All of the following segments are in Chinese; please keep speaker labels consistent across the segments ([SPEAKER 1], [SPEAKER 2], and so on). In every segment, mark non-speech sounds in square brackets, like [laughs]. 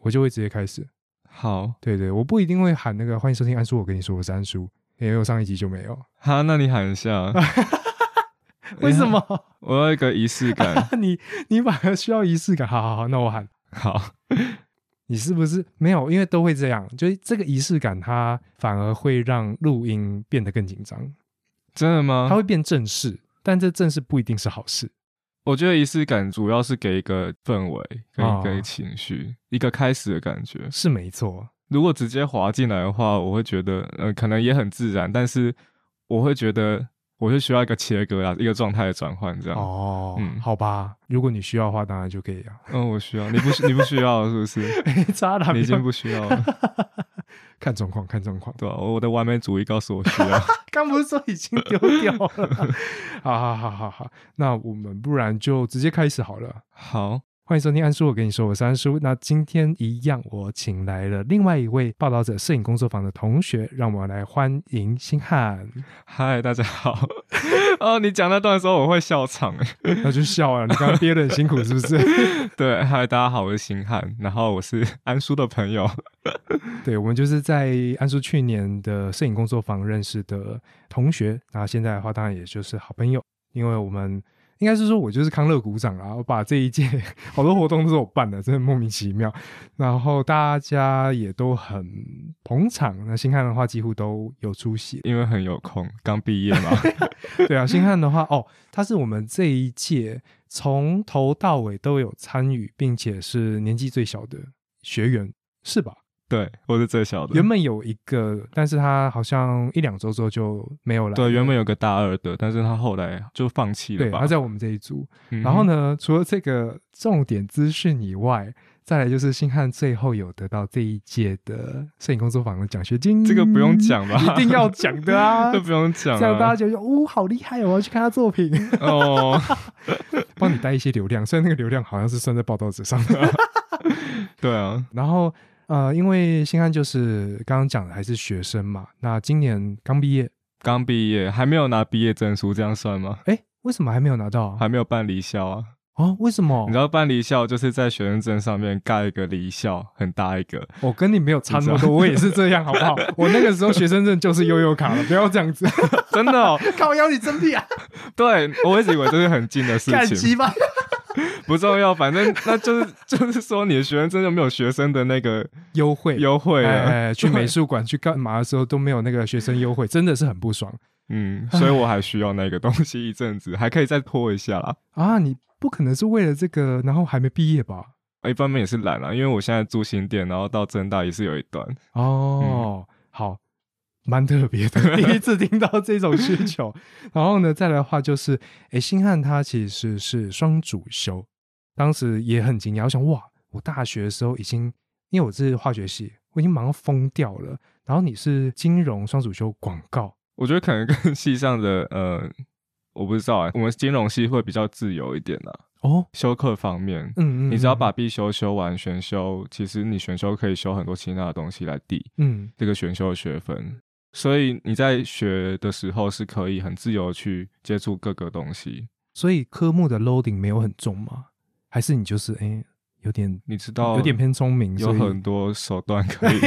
[SPEAKER 1] 我就会直接开始。
[SPEAKER 2] 好，
[SPEAKER 1] 对对，我不一定会喊那个欢迎收听安叔，我跟你说我是安叔，因为我上一集就没
[SPEAKER 2] [laughs]
[SPEAKER 1] 有。
[SPEAKER 2] 哈，那你喊一下，
[SPEAKER 1] 为什
[SPEAKER 2] 啊
[SPEAKER 1] 么？ [laughs]
[SPEAKER 2] 我要一个仪式感。
[SPEAKER 1] 你你反而需要仪式感？好好好，那我喊。 [laughs]
[SPEAKER 2] 好，
[SPEAKER 1] 你是不是没有？因为都会这样，就是这个仪式感，它反而会让录音变得更紧张，
[SPEAKER 2] 真的吗
[SPEAKER 1] 它？会变正式，但这正式不一定是好事。
[SPEAKER 2] 我觉得仪式感主要是给一个氛围跟一
[SPEAKER 1] 哦
[SPEAKER 2] 个情绪，一个开始的感觉。
[SPEAKER 1] 是没错，
[SPEAKER 2] 如果直接滑进来的话，我会觉得，呃，可能也很自然，但是我会觉得我是需要一个切割啊，一个状态的转换，这样。
[SPEAKER 1] 哦，
[SPEAKER 2] 嗯
[SPEAKER 1] 好吧，如果你需要的话，当然就可以啊。 [laughs]
[SPEAKER 2] 嗯，我需要，你不需，你不需要，是不是？
[SPEAKER 1] 渣男
[SPEAKER 2] 你已经不需要了，
[SPEAKER 1] [laughs] 看状况，看状况。
[SPEAKER 2] 对吧、啊我的完美主义告诉我需要。 [laughs]
[SPEAKER 1] 刚不是说已经丢掉了？ [laughs] 好好好好好，那我们不然就直接开始好了。
[SPEAKER 2] 好，
[SPEAKER 1] 欢迎收听安叔，我跟你说，我是安叔。那今天一样，我请来了另外一位报道者摄影工作坊的同学，让我们来欢迎星汉。 [laughs]
[SPEAKER 2] 嗨，大家好。 [laughs] 哦，你讲那段的时候我会笑场哎。
[SPEAKER 1] 那就笑了，你刚刚憋得很辛苦，是不是？
[SPEAKER 2] [laughs] 对，嗨，大家好，我是星汉，然后我是 [laughs] 安叔的朋友。
[SPEAKER 1] 对，我们就是在安叔去年的摄影工作坊认识的同学，那现在的话，当然也就是好朋友，因为我们应该是说，我就是康乐鼓掌啦，我把这一届 [laughs] 好多活动都是我办的，真的莫名其妙。然后大家也都很捧场，那星汉的话几乎都有出
[SPEAKER 2] [laughs]
[SPEAKER 1] 席，
[SPEAKER 2] 因为很有空，刚毕业
[SPEAKER 1] [laughs]
[SPEAKER 2] 嘛。
[SPEAKER 1] 对啊，星汉的话，哦，他是我们这一届从头到尾都有参与，并且是年纪最小的学员，是吧？
[SPEAKER 2] 对，我是最小的。
[SPEAKER 1] 原本有一个，但是他好像一两周之后就没有来。
[SPEAKER 2] 对，原本有个大二的，但是他后来就放弃了
[SPEAKER 1] 对，
[SPEAKER 2] 吧。
[SPEAKER 1] 他在我们这一组。
[SPEAKER 2] 嗯
[SPEAKER 1] 然后？呢，除了这个重点资讯以外，再来就是星汉最后有得到这一届的摄影工作坊的奖学金，
[SPEAKER 2] 这个不用讲吧，
[SPEAKER 1] 嗯一定要讲的啊
[SPEAKER 2] [laughs] 都不用讲
[SPEAKER 1] 这样大家
[SPEAKER 2] 了。
[SPEAKER 1] 觉得哦，好厉害哦，我要去看他作品。
[SPEAKER 2] [laughs] 哦，
[SPEAKER 1] 帮你带一些流量，虽然那个流量好像是算在报道纸
[SPEAKER 2] [laughs]
[SPEAKER 1] 上的。
[SPEAKER 2] 对啊，
[SPEAKER 1] 然后呃，因为新安就是刚刚讲的还是学生嘛，那今年刚毕业，
[SPEAKER 2] 刚毕业还没有拿毕业证书，这样算吗？
[SPEAKER 1] 哎，为什么还没有拿到啊？
[SPEAKER 2] 还没有办离校啊？
[SPEAKER 1] 哦，为什么
[SPEAKER 2] 你知？道办离校就是在学生证上面盖一个离校，很大一个。
[SPEAKER 1] 我跟你没有差那么多，我也是这样，好不 [laughs] 好？我那个时候学生证就是悠悠卡了，不要这样 [laughs] 子。
[SPEAKER 2] 真的哦， [laughs]
[SPEAKER 1] 看我邀你真屁啊，
[SPEAKER 2] 对我一直以为这是很近的
[SPEAKER 1] [laughs]
[SPEAKER 2] 事
[SPEAKER 1] 干
[SPEAKER 2] 情，
[SPEAKER 1] 鸡巴！
[SPEAKER 2] [laughs] 不重要，
[SPEAKER 1] [laughs]
[SPEAKER 2] 反正那就是就是说你的学生证就没有学生的那个
[SPEAKER 1] 优惠
[SPEAKER 2] 优惠啊
[SPEAKER 1] 哎
[SPEAKER 2] 了。
[SPEAKER 1] 哎去美术馆去干嘛的时候都没有那个学生优惠，真的是很不爽
[SPEAKER 2] 嗯，所以我还需要那个东西一阵子，还可以再拖一下啦。
[SPEAKER 1] 啊！你不可能是为了这个，然后还没毕业吧？
[SPEAKER 2] 一方面也是懒啦，啊因为我现在住新店，然后到正大也是有一段。
[SPEAKER 1] 哦，
[SPEAKER 2] 嗯
[SPEAKER 1] 好，蛮特别
[SPEAKER 2] [laughs]
[SPEAKER 1] 的，第一次听到这种需求。 [laughs] 然后呢，再来的话就是，诶，星汉他其实是双主修，当时也很惊讶，我想哇，我大学的时候已经，因为我是化学系，我已经忙到疯掉了。然后你是金融双主修广告，
[SPEAKER 2] 我觉得可能跟系上的呃，我不知道啊、我们金融系会比较自由一点啦，
[SPEAKER 1] 哦，
[SPEAKER 2] 修课方面，
[SPEAKER 1] 嗯嗯，
[SPEAKER 2] 你只要
[SPEAKER 1] 嗯
[SPEAKER 2] 把必修修完，选修其实你选修可以修很多其他的东西来抵
[SPEAKER 1] 嗯
[SPEAKER 2] 这个选修的学分。所以你在学的时候是可以很自由地去接触各个东西，
[SPEAKER 1] 所以科目的 loading 没有很重吗？还是你就是诶，有点
[SPEAKER 2] 你知
[SPEAKER 1] 嗯
[SPEAKER 2] 道
[SPEAKER 1] 有点偏聪明，
[SPEAKER 2] 有
[SPEAKER 1] 所以
[SPEAKER 2] 很多手段可以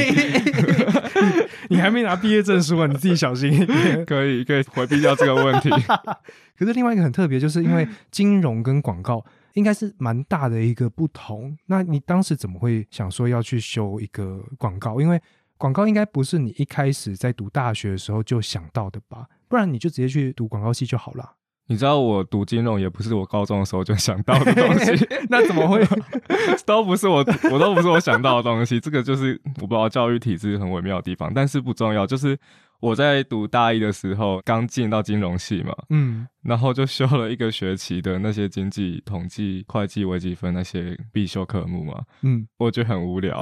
[SPEAKER 1] [laughs] 你还没拿毕业证书啊，你自己小心一点。
[SPEAKER 2] [laughs] 可以可以回避掉这个问题。
[SPEAKER 1] [laughs] 可是另外一个很特别，就是因为金融跟广告应该是蛮大的一个不同。那你当时怎么会想说要去修一个广告？因为广告应该不是你一开始在读大学的时候就想到的吧？不然你就直接去读广告系就好了。
[SPEAKER 2] 你知道我读金融也不是我高中的时候就想到的东西，
[SPEAKER 1] [laughs]
[SPEAKER 2] [laughs]
[SPEAKER 1] 那怎么会？
[SPEAKER 2] 都不是我，我都不是我想到的东西。这个就是我不知道教育体制很微妙的地方，但是不重要。就是我在读大一的时候，刚进到金融系嘛，
[SPEAKER 1] 嗯，
[SPEAKER 2] 然后就修了一个学期的那些经济、统计、会计、微积分那些必修科目嘛，
[SPEAKER 1] [laughs] 嗯，
[SPEAKER 2] 我觉得很
[SPEAKER 1] [laughs]
[SPEAKER 2] 无聊，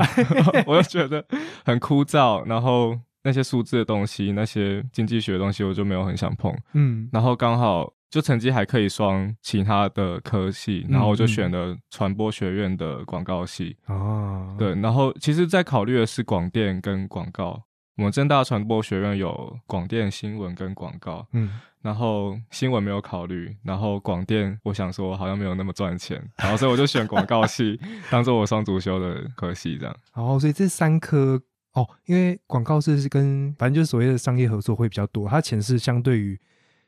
[SPEAKER 2] 我就觉得很枯燥，然后。那些数字的东西，那些经济学的东西，我就没有很想碰。
[SPEAKER 1] 嗯，
[SPEAKER 2] 然后刚好就成绩还可以双其他的科系，
[SPEAKER 1] 嗯
[SPEAKER 2] 然后我就选了传播学院的广告系。
[SPEAKER 1] 啊，
[SPEAKER 2] 对，然后其实，在考虑的是广电跟广告，我们正大传播学院有广电新闻跟广告，
[SPEAKER 1] 嗯，
[SPEAKER 2] 然后新闻没有考虑，然后广电我想说好像没有那么赚钱，然后所以我就选广告系当做我双主修的科系这样。
[SPEAKER 1] 然后哦所以这三科哦，因为广告是是跟反正就是所谓的商业合作会比较多，它前是相对于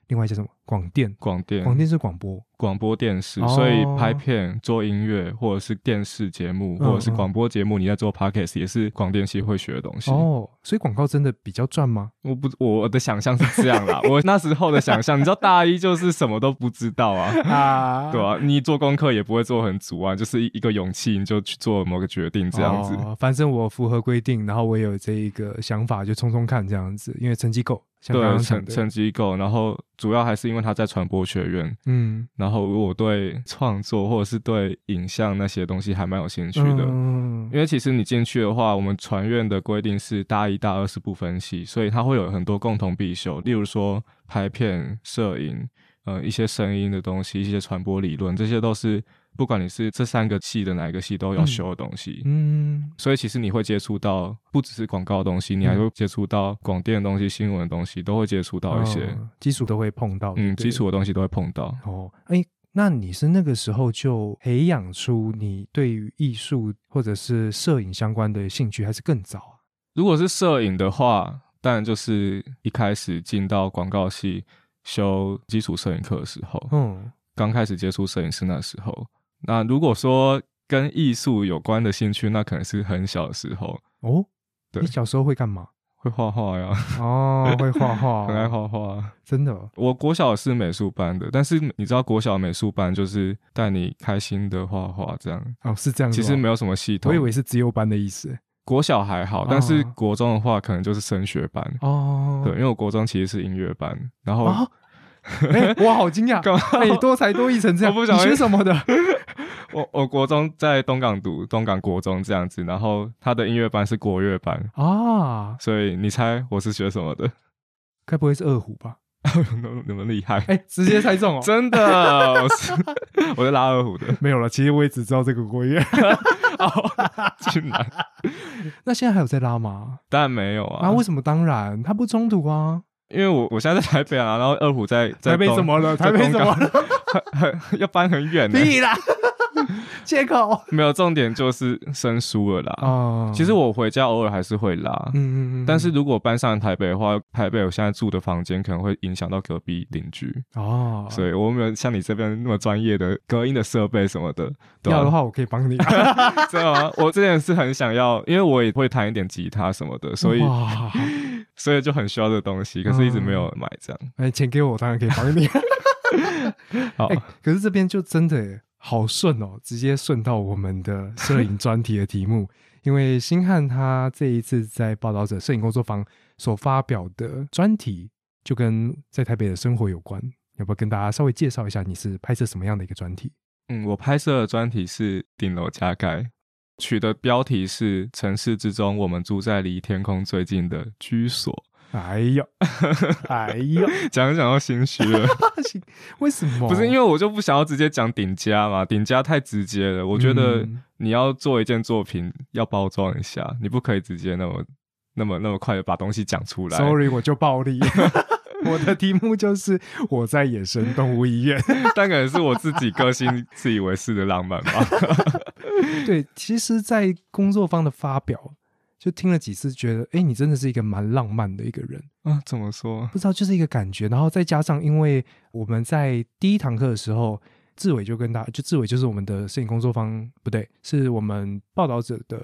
[SPEAKER 1] 另外一些什么广电，
[SPEAKER 2] 广电、
[SPEAKER 1] 广电是广播，
[SPEAKER 2] 广播电视，
[SPEAKER 1] 哦
[SPEAKER 2] 所以拍片、做音乐或者是电视节目，
[SPEAKER 1] 嗯
[SPEAKER 2] 或者是广播节目，你在做 podcast 也是广电系会学的东西。
[SPEAKER 1] 哦，所以广告真的比较赚吗？
[SPEAKER 2] 我不，我的想象是这样啦。我那时候的想象，你知道大一就是什么都不知道啊，
[SPEAKER 1] 啊
[SPEAKER 2] 对，啊，你做功课也不会做很足啊，就是一一个勇气你就去做某个决定这样子。
[SPEAKER 1] 哦反正我符合规定，然后我也有这一个想法，就冲冲看这样子，因为成绩够，像刚
[SPEAKER 2] 对，
[SPEAKER 1] 刚
[SPEAKER 2] 成
[SPEAKER 1] 讲的，
[SPEAKER 2] 成绩够，然后主要还是因为他在传播学院，
[SPEAKER 1] 嗯，
[SPEAKER 2] 然后我对创作或者是对影像那些东西还蛮有兴趣的。
[SPEAKER 1] 嗯
[SPEAKER 2] 因为其实你进去的话，我们传院的规定是大一、大二是不分系，所以它会有很多共同必修，例如说拍片、摄影，呃，一些声音的东西，一些传播理论，这些都是不管你是这三个系的哪一个系都要
[SPEAKER 1] 嗯
[SPEAKER 2] 修的东西。
[SPEAKER 1] 嗯，
[SPEAKER 2] 所以其实你会接触到不只是广告的东西，你还会接触到广电的东西、新闻的东西，都会接触到一些，
[SPEAKER 1] 哦基础都会碰到，
[SPEAKER 2] 嗯，
[SPEAKER 1] 对
[SPEAKER 2] 基础的东西都会碰到。
[SPEAKER 1] 哦，哎，那你是那个时候就培养出你对于艺术或者是摄影相关的兴趣，还是更早啊？
[SPEAKER 2] 如果是摄影的话，当然就是一开始进到广告系修基础摄影课的时候，
[SPEAKER 1] 嗯，
[SPEAKER 2] 刚开始接触摄影师那时候。那如果说跟艺术有关的兴趣，那可能是很小的时候
[SPEAKER 1] 哦，
[SPEAKER 2] 对
[SPEAKER 1] 你小时候会干
[SPEAKER 2] [laughs]
[SPEAKER 1] 嘛？
[SPEAKER 2] 会画画呀，
[SPEAKER 1] 哦，会画画，
[SPEAKER 2] 很爱，画画。
[SPEAKER 1] 真的哦
[SPEAKER 2] 我国小是美术班的，但是你知道国小美术班就是带你开心的画画这样，
[SPEAKER 1] 哦，是这样子
[SPEAKER 2] 其
[SPEAKER 1] 哦。
[SPEAKER 2] 实没有什么系统。
[SPEAKER 1] 我以为是资优班的意思。
[SPEAKER 2] 国小还好，但是国中的话可能就是升学班。
[SPEAKER 1] 哦，
[SPEAKER 2] 对，因为我国中其实是音乐班，然后
[SPEAKER 1] 啊，哎，我好惊
[SPEAKER 2] [laughs]
[SPEAKER 1] 讶，
[SPEAKER 2] 干嘛
[SPEAKER 1] 哎，多才多艺成这样，
[SPEAKER 2] [laughs] 我不
[SPEAKER 1] 你
[SPEAKER 2] 小心
[SPEAKER 1] 学什么的？
[SPEAKER 2] 我我国中在东港读东港国中这样子，然后他的音乐班是国乐班，
[SPEAKER 1] 啊，
[SPEAKER 2] 所以你猜我是学什么的？ [laughs]
[SPEAKER 1] 该不会是二胡吧？
[SPEAKER 2] 那么那么厉害？
[SPEAKER 1] 哎，直接猜中哦。
[SPEAKER 2] [laughs] 真的，我是我是拉二胡的，
[SPEAKER 1] 没有了，其实我也只知道这个国乐。 [laughs]
[SPEAKER 2] 竟然
[SPEAKER 1] 那现在还有在拉吗？
[SPEAKER 2] 当然没有啊，
[SPEAKER 1] 啊，为什么？当然，它不冲突啊。
[SPEAKER 2] 因为我我现在在台北啊，然后二胡在在
[SPEAKER 1] 台北
[SPEAKER 2] 东
[SPEAKER 1] 怎么了
[SPEAKER 2] 在
[SPEAKER 1] 台北
[SPEAKER 2] 东
[SPEAKER 1] 怎么
[SPEAKER 2] 港
[SPEAKER 1] [laughs]
[SPEAKER 2] 很 [laughs] 要搬很远呢、欸
[SPEAKER 1] 屁啦， [laughs] 借口
[SPEAKER 2] 没有，重点就是生疏了啦。
[SPEAKER 1] 啊
[SPEAKER 2] 其实，我回家偶尔还是会拉，
[SPEAKER 1] 嗯嗯嗯，
[SPEAKER 2] 但是如果搬上台北的话，台北我现在住的房间可能会影响到隔壁邻居。
[SPEAKER 1] 哦，
[SPEAKER 2] 所以我没有像你这边那么专业的隔音的设备什么的。对
[SPEAKER 1] 要的
[SPEAKER 2] 啊，
[SPEAKER 1] 话我可以帮 [laughs] 你。
[SPEAKER 2] [laughs] 真的吗？我之前是很想要，因为我也会弹一点吉他什么的，所以
[SPEAKER 1] [laughs] 哇，
[SPEAKER 2] 所以就很需要这个东西，可是一直没有买这样。
[SPEAKER 1] 哎，钱给我，我当然可以帮 [laughs] 你。
[SPEAKER 2] 好
[SPEAKER 1] 哎，，可是这边就真的耶好顺哦，直接顺到我们的摄影专题的题目， [laughs] 因为星汉他这一次在报道者摄影工作坊所发表的专题，就跟在台北的生活有关。要不要跟大家稍微介绍一下，你是拍摄什么样的一个专题？
[SPEAKER 2] 嗯，我拍摄的专题是顶楼加盖。取的标题是“城市之中，我们住在离天空最近的居所
[SPEAKER 1] 哎呦，哎呦，”，
[SPEAKER 2] 讲一讲到心虚了。
[SPEAKER 1] 行为什么？
[SPEAKER 2] 不是因
[SPEAKER 1] 为
[SPEAKER 2] 为我就不想要直接讲顶家嘛，顶家太直接了。我觉得
[SPEAKER 1] 嗯
[SPEAKER 2] 你要做一件作品，要包装一下，你不可以直接那么、那么、那么快的把东西讲出来。
[SPEAKER 1] sorry 我就暴力。 [laughs] 我的题目就是我在野生动物医
[SPEAKER 2] [laughs]
[SPEAKER 1] 院。
[SPEAKER 2] [laughs] 但可能是我自己个性自以为是的浪漫吧。
[SPEAKER 1] 对，其实，在工作方的发表，就听了几次，觉得哎，诶你真的是一个蛮浪漫的一个人。
[SPEAKER 2] [laughs] 啊，怎么说？
[SPEAKER 1] 不知道就是一个感觉，然后再加上，因为我们在第一堂课的时候，志伟就跟大就志伟就是我们的摄影工作方，不对，是我们报道者的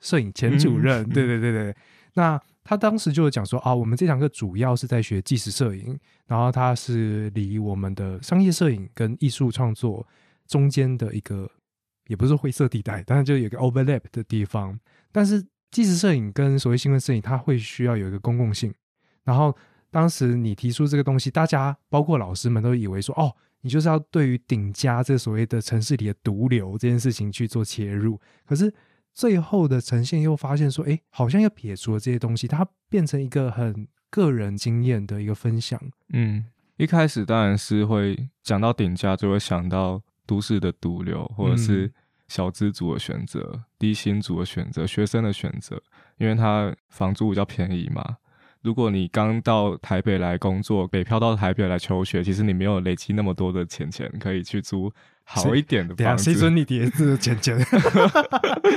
[SPEAKER 1] 摄影前主任，
[SPEAKER 2] 嗯
[SPEAKER 1] 对对对对。那他当时就有讲说啊，我们这堂课主要是在学纪实摄影，然后它是离我们的商业摄影跟艺术创作中间的一个，也不是灰色地带，但是就有一个 overlap 的地方。但是纪实摄影跟所谓新闻摄影，它会需要有一个公共性。然后当时你提出这个东西，大家包括老师们都以为说，哦，你就是要对于顶家这所谓的城市里的毒瘤这件事情去做切入。可是最后的呈现又发现说，哎，好像又撇除了这些东西，它变成一个很个人经验的一个分享。
[SPEAKER 2] 嗯，一开
[SPEAKER 1] 嗯
[SPEAKER 2] 始当然是会讲到顶家，就会想到都市的毒瘤，或者是小资族的选择、低薪族的选择、学生的选择，因为它房租比较便宜嘛。如果你刚到台北来工作，北漂到台北来求学，其实你没有累积那么多的钱钱，可以去租好一点的
[SPEAKER 1] 啊等一下
[SPEAKER 2] 房
[SPEAKER 1] 谁
[SPEAKER 2] 子，
[SPEAKER 1] 准你叠字钱 [laughs] 钱？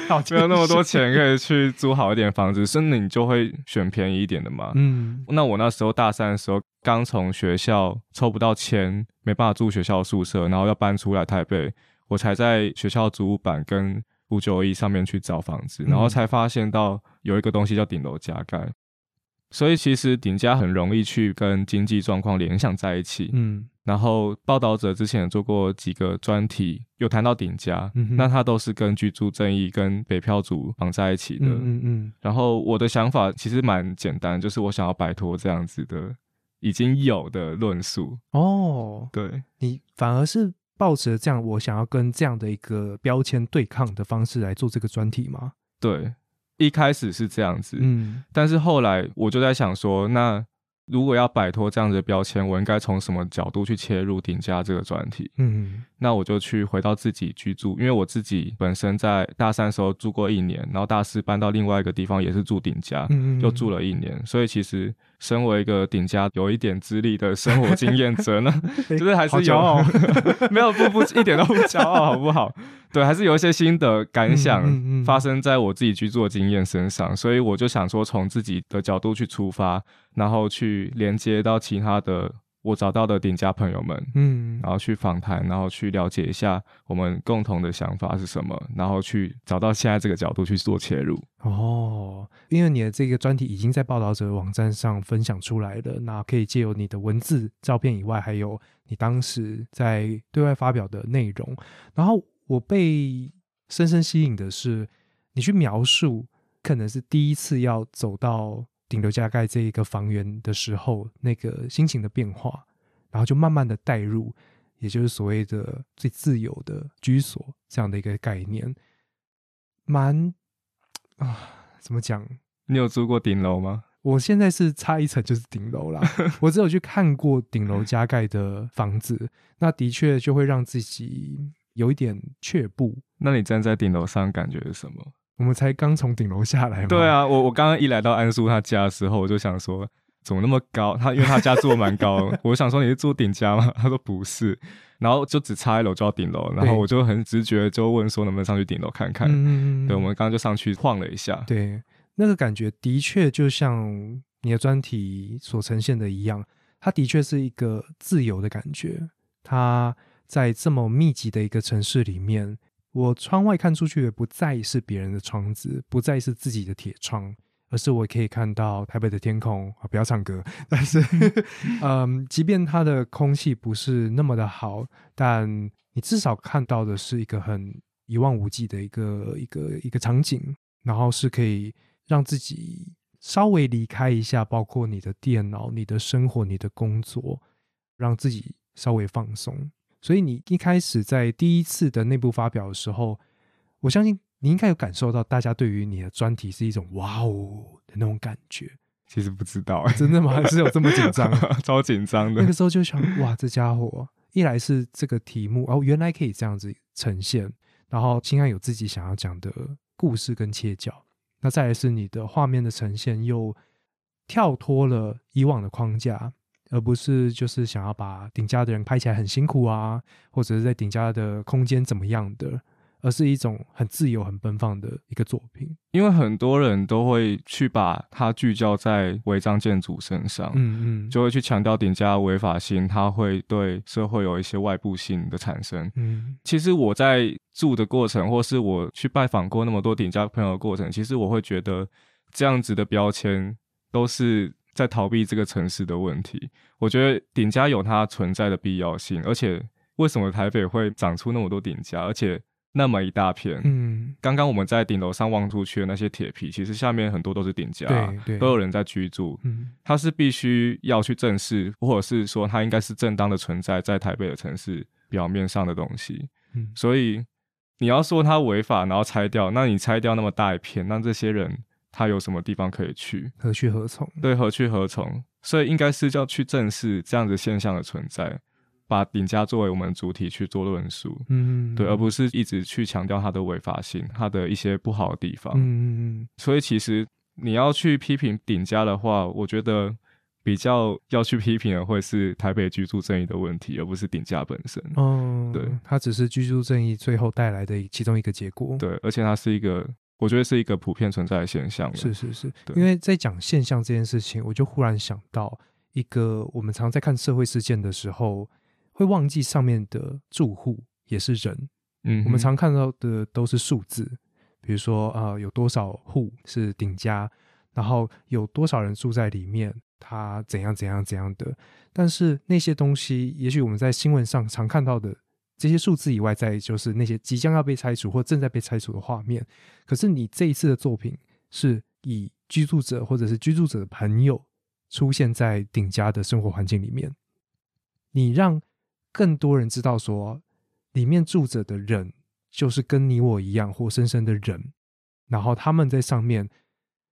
[SPEAKER 1] 好
[SPEAKER 2] 没有那么多 [laughs]
[SPEAKER 1] 真是，
[SPEAKER 2] 钱可以去租好一点的房子，甚至你就会选便宜一点的嘛。
[SPEAKER 1] 嗯，
[SPEAKER 2] 那我那时候大三的时候，刚从学校抽不到签，没办法住学校宿舍，然后要搬出来台北，我才在学校租屋板跟五九一上面去找房子，
[SPEAKER 1] 嗯
[SPEAKER 2] 然后才发现到有一个东西叫顶楼加盖。所以其实顶加很容易去跟经济状况联想在一起。
[SPEAKER 1] 嗯
[SPEAKER 2] 然后报道者之前有做过几个专题，有谈到顶加，
[SPEAKER 1] 嗯哼
[SPEAKER 2] 那它都是跟居住正义跟北漂族绑在一起的。
[SPEAKER 1] 嗯嗯嗯，
[SPEAKER 2] 然后我的想法其实蛮简单，就是我想要摆脱这样子的已经有的论述。
[SPEAKER 1] 哦，
[SPEAKER 2] 对，
[SPEAKER 1] 你反而是抱着这样我想要跟这样的一个标签对抗的方式来做这个专题吗？
[SPEAKER 2] 对，一开始是这样子，
[SPEAKER 1] 嗯
[SPEAKER 2] 但是后来我就在想说，那如果要摆脱这样子的标签，我应该从什么角度去切入顶加这个专题？
[SPEAKER 1] 嗯
[SPEAKER 2] 那我就去回到自己居住，因为我自己本身在大三的时候住过一年，然后大四搬到另外一个地方也是住顶家，
[SPEAKER 1] 嗯
[SPEAKER 2] 又住
[SPEAKER 1] 了，
[SPEAKER 2] 了一年，所以其实身为一个顶家有一点资历的生活经验者呢，
[SPEAKER 1] 诶
[SPEAKER 2] 就是还
[SPEAKER 1] 好
[SPEAKER 2] 是
[SPEAKER 1] 骄
[SPEAKER 2] 有
[SPEAKER 1] 傲
[SPEAKER 2] 没有 [laughs] 不不一点都不骄傲，好不好？对，还是有一些新的感
[SPEAKER 1] 嗯嗯
[SPEAKER 2] 想
[SPEAKER 1] 嗯
[SPEAKER 2] 发生在我自己居住的经验身上，所以我就想说从自己的角度去出发，然后去连接到其他的我找到的顶家朋友们，
[SPEAKER 1] 嗯
[SPEAKER 2] 然后去访谈，然后去了解一下我们共同的想法是什么，然后去找到现在这个角度去做切入。
[SPEAKER 1] 哦，因为你的这个专题已经在报道者网站上分享出来了，那可以借由你的文字、照片以外，还有你当时在对外发表的内容。然后我被深深吸引的是，你去描述可能是第一次要走到顶流加盖这一个房源的时候，那个心情的变化，然后就慢慢的带入，也就是所谓的最自由的居所这样的一个概念，蛮啊，怎么讲？
[SPEAKER 2] 你有住过顶楼吗？
[SPEAKER 1] 我现在是差一层就是顶楼
[SPEAKER 2] [laughs]
[SPEAKER 1] 啦，我只有去看过顶楼加盖的房子，那的确就会让自己有一点却步。
[SPEAKER 2] 那你站在顶楼上感觉是什么？
[SPEAKER 1] 我们才刚从顶楼下来嘛，
[SPEAKER 2] 对，啊，我我刚刚一来到安叔他家的时候，我就想说怎么那么高？他因为他家住的 [laughs] 蛮高，我就想说你是住顶家吗？ [laughs] 他说不是，然后就只差一楼就要顶楼，然后
[SPEAKER 1] 对
[SPEAKER 2] 我就很直觉就问说能不能上去顶楼看看？
[SPEAKER 1] 嗯，
[SPEAKER 2] 对，我们刚刚就上去晃了一下。
[SPEAKER 1] 对那个感觉的确就像你的专题所呈现的一样，它的确是一个自由的感觉。它在这么密集的一个城市里面，我窗外看出去的不再是别人的窗子，不再是自己的铁窗，而是我可以看到台北的天空啊！不要唱歌，但是，嗯，即便它的空气不是那么的好，但你至少看到的是一个很一望无际的一个一个一个场景，然后是可以让自己稍微离开一下，包括你的电脑、你的生活、你的工作，让自己稍微放松。所以你一开始在第一次的内部发表的时候，我相信你应该有感受到大家对于你的专题是一种“哇哦”的那种感觉。
[SPEAKER 2] 其实不知道、欸，
[SPEAKER 1] 真的吗？是有这么紧张？
[SPEAKER 2] [laughs] 超紧张的
[SPEAKER 1] 那。个时候就想，哇，这家伙，一来是这个题目，哦，原来可以这样子呈现，然后青汉有自己想要讲的故事跟切角，那再来是你的画面的呈现又跳脱了以往的框架，而不是就是想要把顶家的人拍起来很辛苦啊，或者是在顶家的空间怎么样的，而是一种很自由、很奔放的一个作品。
[SPEAKER 2] 因为很多人都会去把它聚焦在违章建筑身上，
[SPEAKER 1] 嗯嗯，
[SPEAKER 2] 哦就会去强调顶加的违法性，它会对社会有一些外部性的产生。
[SPEAKER 1] 嗯
[SPEAKER 2] 其实我在住的过程，或是我去拜访过那么多顶加朋友的过程，其实我会觉得这样子的标签都是在逃避这个城市的问题。我觉得顶加有它存在的必要性，而且为什么台北会长出那么多顶加，而且那么一大片？
[SPEAKER 1] 嗯，
[SPEAKER 2] 刚刚我们在顶楼上望出去的那些铁皮，其实下面很多都是顶家，
[SPEAKER 1] 对对，
[SPEAKER 2] 啊都有人在居住。
[SPEAKER 1] 嗯。
[SPEAKER 2] 它是必须要去正视，或者是说它应该是正当的存在在台北的城市表面上的东西。
[SPEAKER 1] 嗯
[SPEAKER 2] 所以你要说它违法，然后拆掉，那你拆掉那么大一片，那这些人他有什么地方可以去？
[SPEAKER 1] 何去何从？
[SPEAKER 2] 对，何去何从？所以应该是要去正视这样子现象的存在，把顶加作为我们主体去做论述，
[SPEAKER 1] 嗯，
[SPEAKER 2] 对，而不是一直去强调它的违法性，它的一些不好的地方。
[SPEAKER 1] 嗯嗯
[SPEAKER 2] 所以其实你要去批评顶家的话，我觉得比较要去批评的会是台北居住正义的问题，而不是顶家本身。
[SPEAKER 1] 嗯，哦，
[SPEAKER 2] 对，
[SPEAKER 1] 它只是居住正义最后带来的其中一个结果。
[SPEAKER 2] 对，而且它是一个，我觉得是一个普遍存在的现象了。
[SPEAKER 1] 是是是，
[SPEAKER 2] 对
[SPEAKER 1] 因为在讲现象这件事情，我就忽然想到一个，我们常在看社会事件的时候，会忘记上面的住户也是人。
[SPEAKER 2] 嗯哼，
[SPEAKER 1] 我们常看到的都是数字，比如说啊、呃有多少户是顶家，然后有多少人住在里面，他怎样怎样怎样的。但是那些东西，也许我们在新闻上常看到的这些数字以外，再就是那些即将要被拆除或正在被拆除的画面。可是你这一次的作品是以居住者或者是居住者的朋友出现在顶家的生活环境里面，你让更多人知道说，里面住着的人就是跟你我一样活生生的人，然后他们在上面。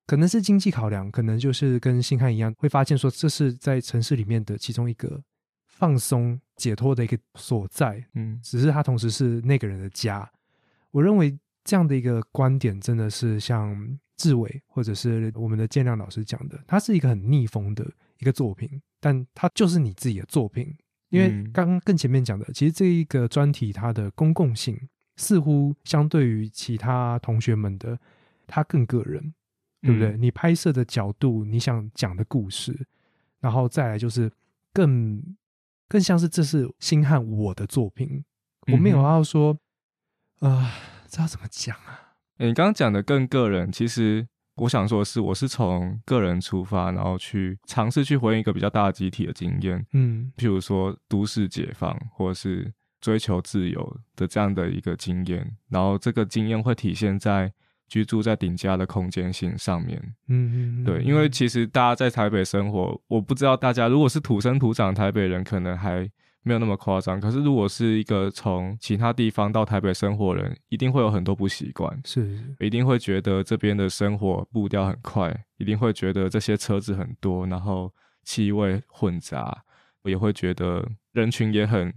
[SPEAKER 1] 可能是经济考量，可能就是跟星汉一样，会发现说这是在城市里面的其中一个放松、解脱的一个所在。
[SPEAKER 2] 嗯
[SPEAKER 1] 只是它同时是那个人的家。我认为这样的一个观点真的是像志伟或者是我们的建亮老师讲的，它是一个很逆风的一个作品，但它就是你自己的作品。因为
[SPEAKER 2] 嗯
[SPEAKER 1] 刚刚更前面讲的，其实这一个专题它的公共性似乎相对于其他同学们的，它更个人。对不对？
[SPEAKER 2] 嗯
[SPEAKER 1] 你拍摄的角度，你想讲的故事，然后再来就是更更像是这是星汉我的作品，我没有
[SPEAKER 2] 嗯哼
[SPEAKER 1] 要说啊、呃这要怎么讲啊？
[SPEAKER 2] 诶你刚刚讲的更个人，其实我想说的是，我是从个人出发，然后去尝试去回应一个比较大的集体的经验，
[SPEAKER 1] 嗯
[SPEAKER 2] 譬如说都市解放，或者是追求自由的这样的一个经验，然后这个经验会体现在居住在顶家的空间性上面。
[SPEAKER 1] 嗯，嗯
[SPEAKER 2] 对，因为其实大家在台北生活，我不知道大家如果是土生土长的台北人，可能还没有那么夸张。可是如果是一个从其他地方到台北生活的人，一定会有很多不习惯。
[SPEAKER 1] 是是
[SPEAKER 2] 一定会觉得这边的生活步调很快，一定会觉得这些车子很多，然后气味混杂，也会觉得人群也很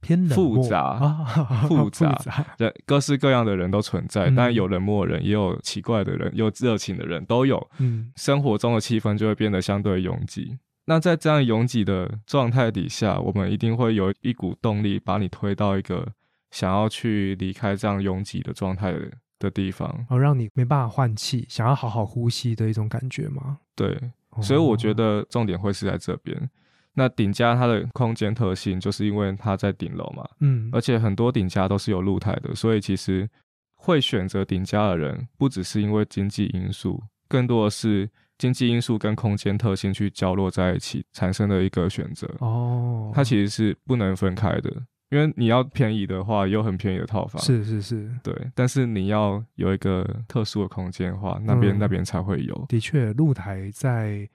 [SPEAKER 1] 偏冷漠
[SPEAKER 2] 复杂
[SPEAKER 1] 啊， [laughs]
[SPEAKER 2] 复
[SPEAKER 1] 杂
[SPEAKER 2] 杂人各式各样的人都存在，
[SPEAKER 1] 嗯
[SPEAKER 2] 但有冷漠的人，也有奇怪的人，有热情的人，都有。
[SPEAKER 1] 嗯
[SPEAKER 2] 生活中的气氛就会变得相对拥挤。那在这样拥挤的状态底下，我们一定会有一股动力把你推到一个想要去离开这样拥挤的状态的的地方
[SPEAKER 1] 然。后哦让你没办法换气，想要好好呼吸的一种感觉嘛。
[SPEAKER 2] 对，
[SPEAKER 1] 哦
[SPEAKER 2] 所以我觉得重点会是在这边。那顶家它的空间特性，就是因为它在顶楼嘛，
[SPEAKER 1] 嗯，
[SPEAKER 2] 而且很多顶家都是有露台的，所以其实会选择顶家的人，不只是因为经济因素，更多的是经济因素跟空间特性去交落在一起产生的一个选择。
[SPEAKER 1] 哦，
[SPEAKER 2] 它其实是不能分开的，因为你要便宜的话，也有很便宜的套房，
[SPEAKER 1] 是是是，
[SPEAKER 2] 对，但是你要有一个特殊的空间的话，那边、
[SPEAKER 1] 嗯
[SPEAKER 2] 那边才会有。
[SPEAKER 1] 的确，露台在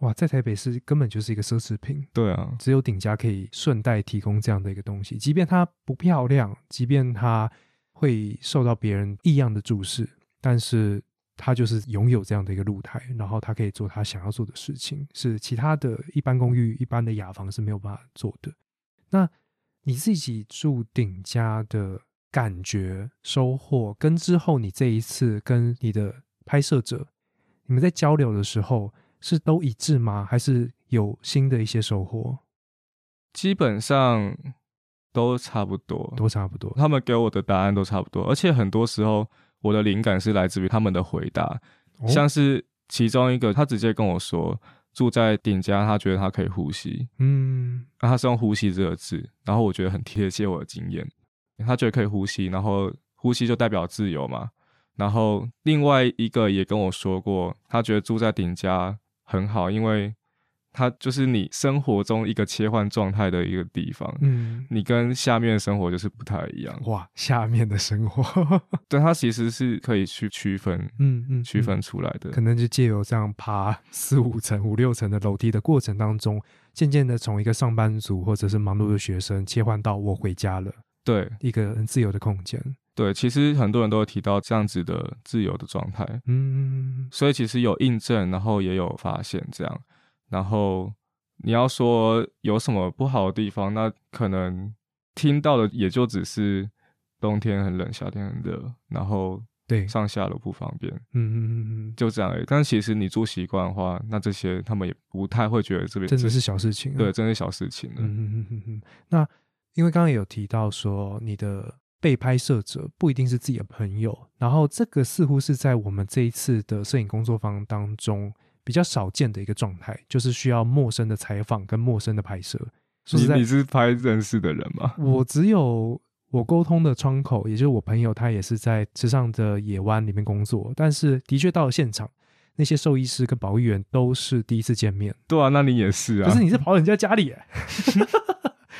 [SPEAKER 1] 哇，在台北市根本就是一个奢侈品。
[SPEAKER 2] 对啊，
[SPEAKER 1] 只有顶家可以顺带提供这样的一个东西，即便它不漂亮，即便它会受到别人异样的注视，但是它就是拥有这样的一个露台，然后它可以做它想要做的事情，是其他的一般公寓、一般的雅房是没有办法做的。那你自己住顶家的感觉、收获，跟之后你这一次跟你的拍摄者，你们在交流的时候是都一致吗？还是有新的一些收获？
[SPEAKER 2] 基本上都差不多，
[SPEAKER 1] 都差不多。
[SPEAKER 2] 他们给我的答案都差不多，而且很多时候我的灵感是来自于他们的回答，
[SPEAKER 1] 哦
[SPEAKER 2] 像是其中一个，他直接跟我说住在顶家，他觉得他可以呼吸，
[SPEAKER 1] 嗯
[SPEAKER 2] 那他是用“呼吸”这个字，然后我觉得很贴切我的经验，他觉得可以呼吸，然后呼吸就代表自由嘛。然后另外一个也跟我说过，他觉得住在顶家很好，因为他就是你生活中一个切换状态的一个地方，
[SPEAKER 1] 嗯，哦
[SPEAKER 2] 你跟下面的生活就是不太一样。
[SPEAKER 1] 哇，下面的生活，
[SPEAKER 2] 对，它其实是可以去区分、
[SPEAKER 1] 嗯嗯，
[SPEAKER 2] 区
[SPEAKER 1] 嗯
[SPEAKER 2] 分出来的。
[SPEAKER 1] 可能就借由这样爬四五层、五六层的楼梯的过程当中，渐渐的从一个上班族或者是忙碌的学生切换到我回家了，
[SPEAKER 2] 对
[SPEAKER 1] 一个很自由的空间。
[SPEAKER 2] 对，其实很多人都有提到这样子的自由的状态。
[SPEAKER 1] 嗯，
[SPEAKER 2] 所以其实有印证，然后也有发现这样，然后你要说有什么不好的地方，那可能听到的也就只是冬天很冷，夏天很热，然后
[SPEAKER 1] 对
[SPEAKER 2] 上下楼不方便，
[SPEAKER 1] 嗯嗯嗯嗯，
[SPEAKER 2] 就这样而已。但其实你住习惯的话，那这些他们也不太会觉得这边
[SPEAKER 1] 真的是小事情啊、
[SPEAKER 2] 对，真是小事情了。
[SPEAKER 1] 嗯嗯嗯嗯嗯。那因为刚刚也有提到说，你的被拍摄者不一定是自己的朋友，然后这个似乎是在我们这一次的摄影工作坊当中比较少见的一个状态，就是需要陌生的采访跟陌生的拍摄。说实
[SPEAKER 2] 嗯你
[SPEAKER 1] 在
[SPEAKER 2] 你，是拍认识的人吗？ [laughs]
[SPEAKER 1] 我只有我沟通的窗口，也就是我朋友，他也是在池上的野湾里面工作，但是的确到了现场。那些兽医师跟保育员都是第一次见面，
[SPEAKER 2] 对啊，那你也是啊。
[SPEAKER 1] 可是你是跑人家家里、欸，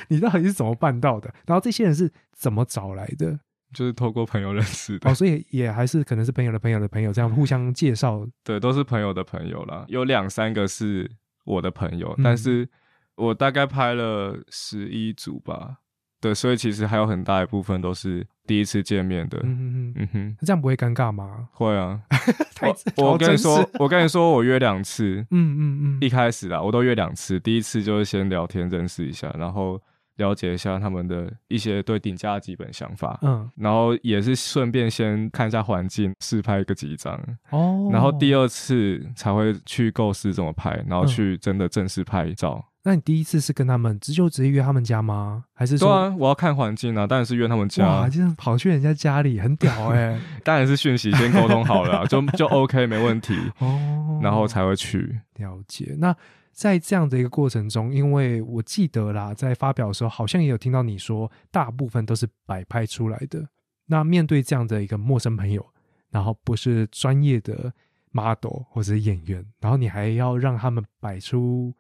[SPEAKER 1] 你到底是怎么办到的？然后这些人是怎么找来的？
[SPEAKER 2] 就是透过朋友认识的，
[SPEAKER 1] 哦，所以也还是可能是朋友的朋友的朋友这样互相介绍。
[SPEAKER 2] 对，都是朋友的朋友啦。有两三个是我的朋友，
[SPEAKER 1] 嗯
[SPEAKER 2] 但是我大概拍了十一组吧。对，所以其实还有很大一部分都是第一次见面的。嗯
[SPEAKER 1] 嗯嗯嗯，
[SPEAKER 2] 哼，
[SPEAKER 1] 这样不会尴尬
[SPEAKER 2] [laughs]
[SPEAKER 1] 吗？
[SPEAKER 2] 会啊。
[SPEAKER 1] [laughs] 太
[SPEAKER 2] 我我跟你说
[SPEAKER 1] 好真实，
[SPEAKER 2] 我跟你说，我约
[SPEAKER 1] [laughs]
[SPEAKER 2] 两次。
[SPEAKER 1] 嗯嗯
[SPEAKER 2] 一
[SPEAKER 1] 嗯，
[SPEAKER 2] 开始啦，我都约两次。第一次就是先聊天认识一下，然后了解一下他们的一些对顶价的基本想法，
[SPEAKER 1] 嗯
[SPEAKER 2] 然后也是顺便先看一下环境，试拍个几张。
[SPEAKER 1] 哦。
[SPEAKER 2] 然后第
[SPEAKER 1] 二，
[SPEAKER 2] 二次才会去构思怎么拍，然后
[SPEAKER 1] 嗯
[SPEAKER 2] 去真的正式拍照。
[SPEAKER 1] 那你第一次是跟他们直就直接约他们家吗？还是
[SPEAKER 2] 对
[SPEAKER 1] 说？
[SPEAKER 2] 啊，我要看环境啊，当然是约他们
[SPEAKER 1] 哇，
[SPEAKER 2] 家，
[SPEAKER 1] 这样跑去人家家里很屌哎、
[SPEAKER 2] 当然是讯息先沟通好了
[SPEAKER 1] [laughs]
[SPEAKER 2] 啊、就就 OK 没问题，
[SPEAKER 1] 哦，
[SPEAKER 2] 然后才会去。
[SPEAKER 1] 了解。那在这样的一个过程中，因为我记得啦，在发表的时候，好像也有听到你说，大部分都是摆拍出来的。那面对这样的一个陌生朋友，然后不是专业的 model 或者是演员，然后你还要让他们摆出，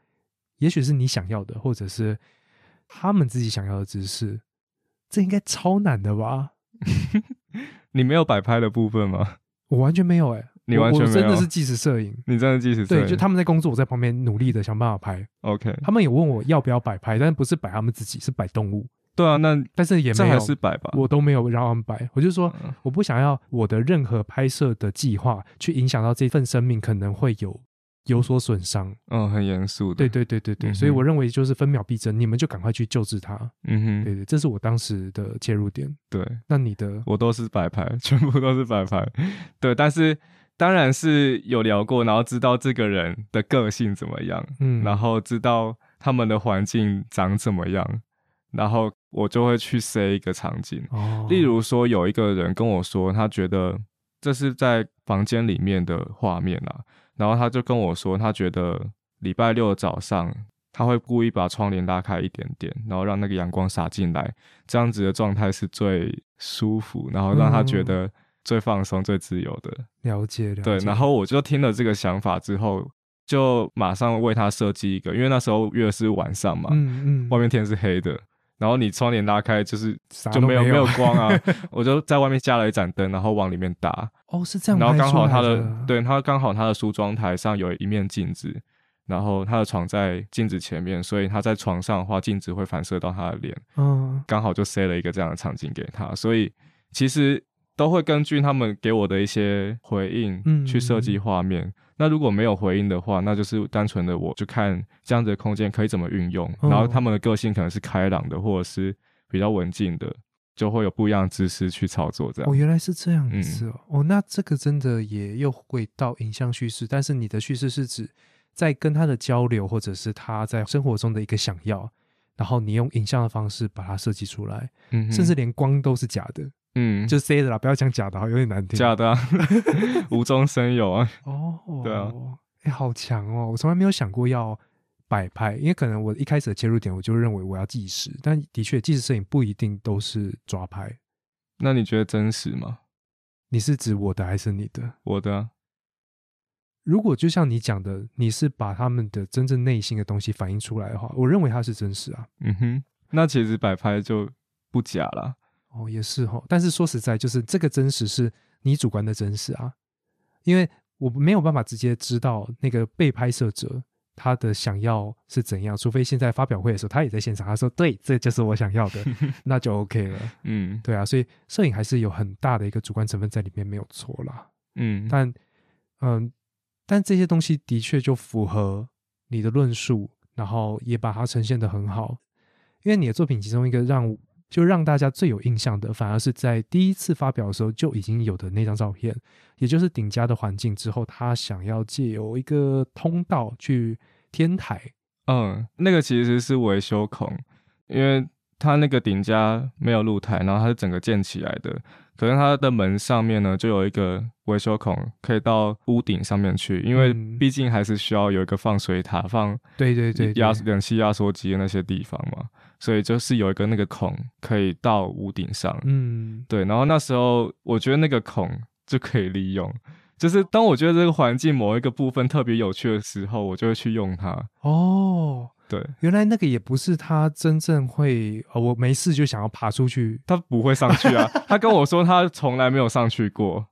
[SPEAKER 1] 也许是你想要的，或者是他们自己想要的姿势，这应该超难的吧？
[SPEAKER 2] 你没有摆拍的部分吗？
[SPEAKER 1] 我完全没有哎、
[SPEAKER 2] 你
[SPEAKER 1] 我
[SPEAKER 2] 完全
[SPEAKER 1] 我
[SPEAKER 2] 没
[SPEAKER 1] 真的
[SPEAKER 2] 有
[SPEAKER 1] 是纪实摄影，
[SPEAKER 2] 你真的即使
[SPEAKER 1] 对，就他们在工作，我在旁边努力的想办法拍。
[SPEAKER 2] OK，
[SPEAKER 1] 他们有问我要不要摆拍，但是不是摆他们自己，是摆动物，
[SPEAKER 2] 对啊，那
[SPEAKER 1] 但是也
[SPEAKER 2] 这
[SPEAKER 1] 没有，
[SPEAKER 2] 还是摆吧。
[SPEAKER 1] 我都没有让他们摆。我就说，
[SPEAKER 2] 嗯
[SPEAKER 1] 我不想要我的任何拍摄的计划去影响到这份生命可能会有有所损伤。
[SPEAKER 2] 嗯，很严肃的。
[SPEAKER 1] 对，对对对对，
[SPEAKER 2] 嗯哼
[SPEAKER 1] 所以我认为就是分秒必争，你们就赶快去救治它。
[SPEAKER 2] 嗯
[SPEAKER 1] 对
[SPEAKER 2] 哼，
[SPEAKER 1] 对，这是我当时的切入点。
[SPEAKER 2] 对
[SPEAKER 1] 那你的
[SPEAKER 2] 我都是摆拍，全部都是摆拍。对，但是当然是有聊过，然后知道这个人的个性怎么样，
[SPEAKER 1] 嗯，
[SPEAKER 2] 然后知道他们的环境长怎么样，然后我就会去塞一个场景。
[SPEAKER 1] 哦，
[SPEAKER 2] 例如说，有一个人跟我说，他觉得这是在房间里面的画面啊，然后他就跟我说，他觉得礼拜六的早上。他会故意把窗帘拉开一点点，然后让那个阳光洒进来，这样子的状态是最舒服，然后让他觉
[SPEAKER 1] 嗯
[SPEAKER 2] 得最放松、最自由的。
[SPEAKER 1] 了解了解，
[SPEAKER 2] 对，然后我就听了这个想法之后，就马上为他设计一个，因为那时候约的是晚上嘛，
[SPEAKER 1] 嗯嗯，
[SPEAKER 2] 外面天是黑的，然后你窗帘拉开就是
[SPEAKER 1] 啥
[SPEAKER 2] 就
[SPEAKER 1] 都
[SPEAKER 2] 没有
[SPEAKER 1] 没
[SPEAKER 2] 没
[SPEAKER 1] 有
[SPEAKER 2] 有光
[SPEAKER 1] [laughs]
[SPEAKER 2] 啊，我就在外面加了一盏灯，然后往里面打，
[SPEAKER 1] 哦是这样
[SPEAKER 2] 然
[SPEAKER 1] 拍出
[SPEAKER 2] 后
[SPEAKER 1] 来，
[SPEAKER 2] 刚好他的对他刚好他的梳妆台上有一面镜子。然后他的床在镜子前面，所以他在床上的话，镜子会反射到他的脸，
[SPEAKER 1] 嗯
[SPEAKER 2] 刚好就塞了一个这样的场景给他，所以其实都会根据他们给我的一些回
[SPEAKER 1] 嗯
[SPEAKER 2] 应去设计画面。那如果没有回应的话，那就是单纯的我就看这样子的空间可以怎么运用，
[SPEAKER 1] 哦
[SPEAKER 2] 然后他们的个性可能是开朗的，或者是比较文静的，就会有不一样的姿势去操作这样。
[SPEAKER 1] 哦，
[SPEAKER 2] 嗯
[SPEAKER 1] 原来是这样子哦。哦，那这个真的也又回到影像叙事，但是你的叙事是指在跟他的交流，或者是他在生活中的一个想要，然后你用影像的方式把它设计出来，
[SPEAKER 2] 嗯哼
[SPEAKER 1] 甚至连光都是假的，
[SPEAKER 2] 嗯，
[SPEAKER 1] 就塞的啦，不要讲假的，好有点难听。
[SPEAKER 2] 假
[SPEAKER 1] [laughs]
[SPEAKER 2] 的、啊，无中生有啊。
[SPEAKER 1] 哦，
[SPEAKER 2] 对啊，
[SPEAKER 1] 哎，好强哦！我从来没有想过要摆拍，因为可能我一开始的切入点我就认为我要纪实，但的确纪实摄影不一定都是抓拍。
[SPEAKER 2] 那你觉得真实吗？
[SPEAKER 1] 你是指我的还是你的？
[SPEAKER 2] 我的啊、
[SPEAKER 1] 如果就像你讲的，你是把他们的真正内心的东西反映出来的话，我认为它是真实啊。
[SPEAKER 2] 嗯哼，那其实摆拍就不假啦。
[SPEAKER 1] 哦，也是哈。但是说实在，就是这个真实是你主观的真实啊，因为我没有办法直接知道那个被拍摄者他的想要是怎样，除非现在发表会的时候他也在现场，他说对，这就是我想要的， [laughs] 那就 OK 了。
[SPEAKER 2] 嗯
[SPEAKER 1] 对啊，所以摄影还是有很大的一个主观成分在里面，没有错啦。
[SPEAKER 2] 嗯，
[SPEAKER 1] 但嗯，但这些东西的确就符合你的论述，然后也把它呈现的很好。因为你的作品其中一个让就让大家最有印象的，反而是在第一次发表的时候就已经有的那张照片，也就是顶家的环境之后，他想要借由一个通道去天台，
[SPEAKER 2] 嗯，那个其实是维修孔，因为它那个顶架没有露台，然后它是整个建起来的。可是它的门上面呢，就有一个维修孔，可以到屋顶上面去，因为
[SPEAKER 1] 嗯
[SPEAKER 2] 毕竟还是需要有一个放水塔、放
[SPEAKER 1] 对对对对
[SPEAKER 2] 压冷气压缩机的那些地方嘛，所以就是有一个那个孔可以到屋顶上。
[SPEAKER 1] 嗯，
[SPEAKER 2] 对，然后那时候我觉得那个孔就可以利用，就是当我觉得这个环境某一个部分特别有趣的时候，我就会去用它。
[SPEAKER 1] 哦，
[SPEAKER 2] 对，
[SPEAKER 1] 原来那个也不是他真正会，呃，我没事就想要爬出去。
[SPEAKER 2] 他不会上去啊，他跟我说他从来没有上去
[SPEAKER 1] [laughs]
[SPEAKER 2] 过，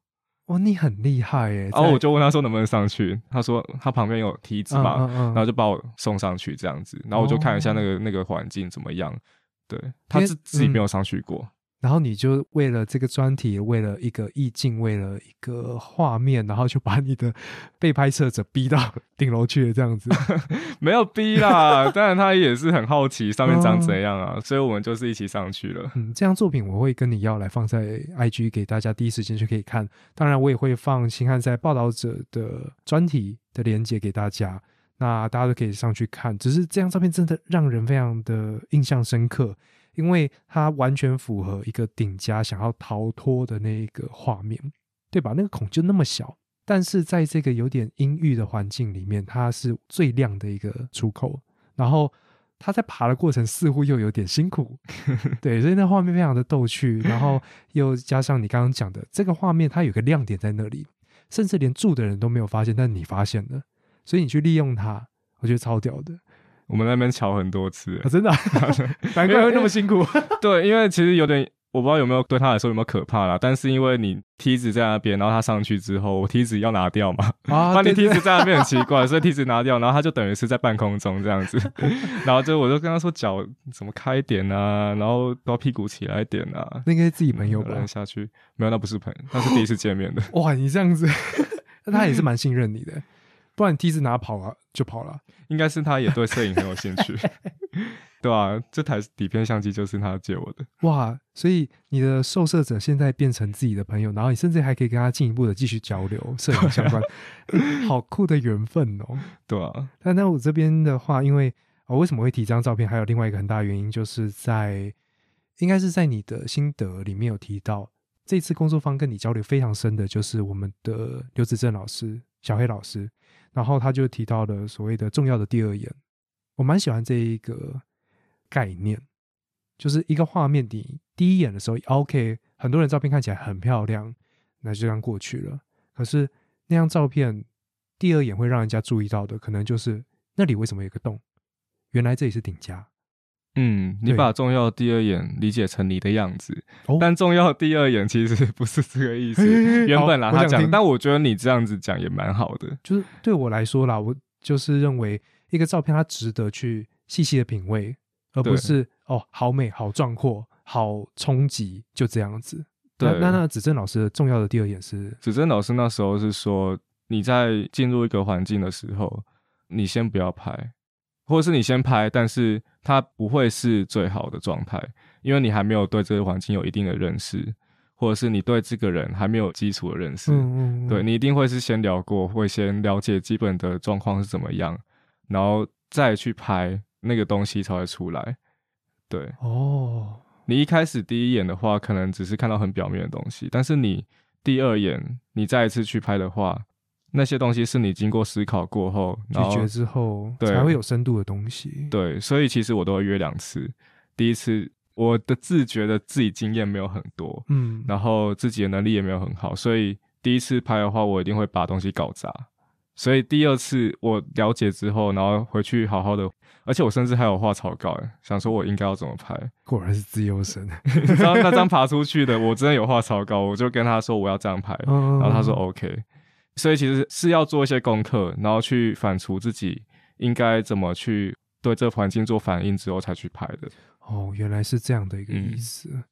[SPEAKER 1] 哇，你很厉害耶！
[SPEAKER 2] 然后哦我
[SPEAKER 1] 就
[SPEAKER 2] 就问他说能不能上去，他说他旁边有梯子嘛，
[SPEAKER 1] 嗯哦
[SPEAKER 2] 然后就把我送上去这样子，然后我就看一下那个、那个环境怎么样，对他
[SPEAKER 1] 因为
[SPEAKER 2] 自自己
[SPEAKER 1] 嗯
[SPEAKER 2] 没有上去过，
[SPEAKER 1] 然后你就为了这个专题，为了一个意境，为了一个画面，然后就把你的 [laughs] 被拍摄者逼到 [laughs] 顶楼去了，这样子。嗯
[SPEAKER 2] 没有逼啦，当然他也是很好奇上面长怎样
[SPEAKER 1] 哦
[SPEAKER 2] 啊，所以我们就是一起上去了。
[SPEAKER 1] 嗯，这张作品我会跟你要来放在 IG 给大家第一时间就可以看。当然，我也会放新汉在报道者的专题的连接给大家，那大家都可以上去看。只是这张照片真的让人非常的印象深刻，因为它完全符合一个顶家想要逃脱的那一个画面，对吧？那个孔就那么小，但是在这个有点阴郁的环境里面，它是最亮的一个出口。然后他在爬的过程似乎又有点辛苦，对，所以那画面非常的逗趣，然后 [laughs] 又加上你刚刚讲的这个画面，它有个亮点在那里，甚至连住的人都没有发现，但你发现了，所以你去利用它，我觉得超屌的，
[SPEAKER 2] 我们在那边瞧很多次
[SPEAKER 1] 啊、，真的啊、 [laughs] 难怪会那么辛苦。
[SPEAKER 2] [laughs] 对，因为其实有点我不知道有没有对他来说有没有可怕啦，但是因为你梯子在那边，然后他上去之后，我梯子要拿掉嘛，
[SPEAKER 1] [laughs] 啊 [laughs]
[SPEAKER 2] 把你
[SPEAKER 1] 对
[SPEAKER 2] 梯
[SPEAKER 1] 对
[SPEAKER 2] 子在那边很奇怪，所以梯子拿掉，然后他就等于是在半空中这样
[SPEAKER 1] [laughs]
[SPEAKER 2] 子，然后就我就跟他说脚怎么开一点啊，然后到屁股起来一点啊，
[SPEAKER 1] 那应该是自己朋友
[SPEAKER 2] 然
[SPEAKER 1] 吧
[SPEAKER 2] 后？下去没有，那不是朋友，那是第一次见面的，
[SPEAKER 1] [laughs] 哇，你这样子，那他也是蛮信任你的，不然你梯子拿跑了就跑了。
[SPEAKER 2] 应该是他也对摄影很有兴
[SPEAKER 1] [laughs]
[SPEAKER 2] 趣，对啊，这台底片相机就是他借我的，
[SPEAKER 1] 哇，所以你的受摄者现在变成自己的朋友，然后你甚至还可以跟他进一步的继续交流摄影相 [laughs] 关，好酷的缘分哦！
[SPEAKER 2] 对啊，
[SPEAKER 1] 但那我这边的话，因为呃，为什么会提这张照片，还有另外一个很大的原因，就是在应该是在你的心得里面有提到，这次工作坊跟你交流非常深的，就是我们的刘子正老师、小黑老师，然后他就提到了所谓的重要的第二眼，我蛮喜欢这一个概念，就是一个画面，你第一眼的时候啊，OK，很多人照片看起来很漂亮，那就这样过去了。可是那张照片第二眼会让人家注意到的，可能就是那里为什么有个洞，原来这里是顶家。
[SPEAKER 2] 嗯，你
[SPEAKER 1] 对
[SPEAKER 2] 把重要的第二眼理解成你的样子，
[SPEAKER 1] 哦。
[SPEAKER 2] 但重要的第二眼其实不是这个意思
[SPEAKER 1] [laughs]
[SPEAKER 2] 原本啦，
[SPEAKER 1] 好我
[SPEAKER 2] 他
[SPEAKER 1] 想
[SPEAKER 2] 讲的，
[SPEAKER 1] 听
[SPEAKER 2] 但我觉得你这样子讲也蛮好的。
[SPEAKER 1] 就是对我来说啦，我就是认为一个照片它值得去细细的品味，而不
[SPEAKER 2] 对
[SPEAKER 1] 是哦好美、好壮阔、好冲击就这样子。
[SPEAKER 2] 对
[SPEAKER 1] 那那那子正老师的重要的第二眼是
[SPEAKER 2] 子珍老师那时候是说，你在进入一个环境的时候，你先不要拍，或者是你先拍，但是它不会是最好的状态，因为你还没有对这个环境有一定的认识，或者是你对这个人还没有基础的认识。
[SPEAKER 1] 嗯嗯嗯
[SPEAKER 2] 对你一定会是先聊过，会先了解基本的状况是怎么样，然后再去拍那个东西才会出来。对
[SPEAKER 1] 哦，
[SPEAKER 2] 你一开始第一眼的话，可能只是看到很表面的东西，但是你第二眼你再一次去拍的话，那些东西是你经过思考过后，然
[SPEAKER 1] 咀
[SPEAKER 2] 后
[SPEAKER 1] 嚼之后
[SPEAKER 2] 对
[SPEAKER 1] 才会有深度的东西。
[SPEAKER 2] 对，所以其实我都会约两次。第一次我的自觉的自己经验没有很多，
[SPEAKER 1] 嗯，
[SPEAKER 2] 然后自己的能力也没有很好，所以第一次拍的话，我一定会把东西搞砸。所以第二次我了解之后，然后回去好好的，而且我甚至还有画草稿，诶想说我应该要怎么拍。
[SPEAKER 1] 果然是自由神。
[SPEAKER 2] 你知道那张爬出去的，我真的有画草稿，我就跟他说我要这样拍，
[SPEAKER 1] 嗯，
[SPEAKER 2] [laughs] 然后他说 OK。所以其实是要做一些功课，然后去反刍自己应该怎么去对这个环境做反应之后才去拍的。
[SPEAKER 1] 哦，原来是这样的一个意
[SPEAKER 2] 嗯
[SPEAKER 1] 思。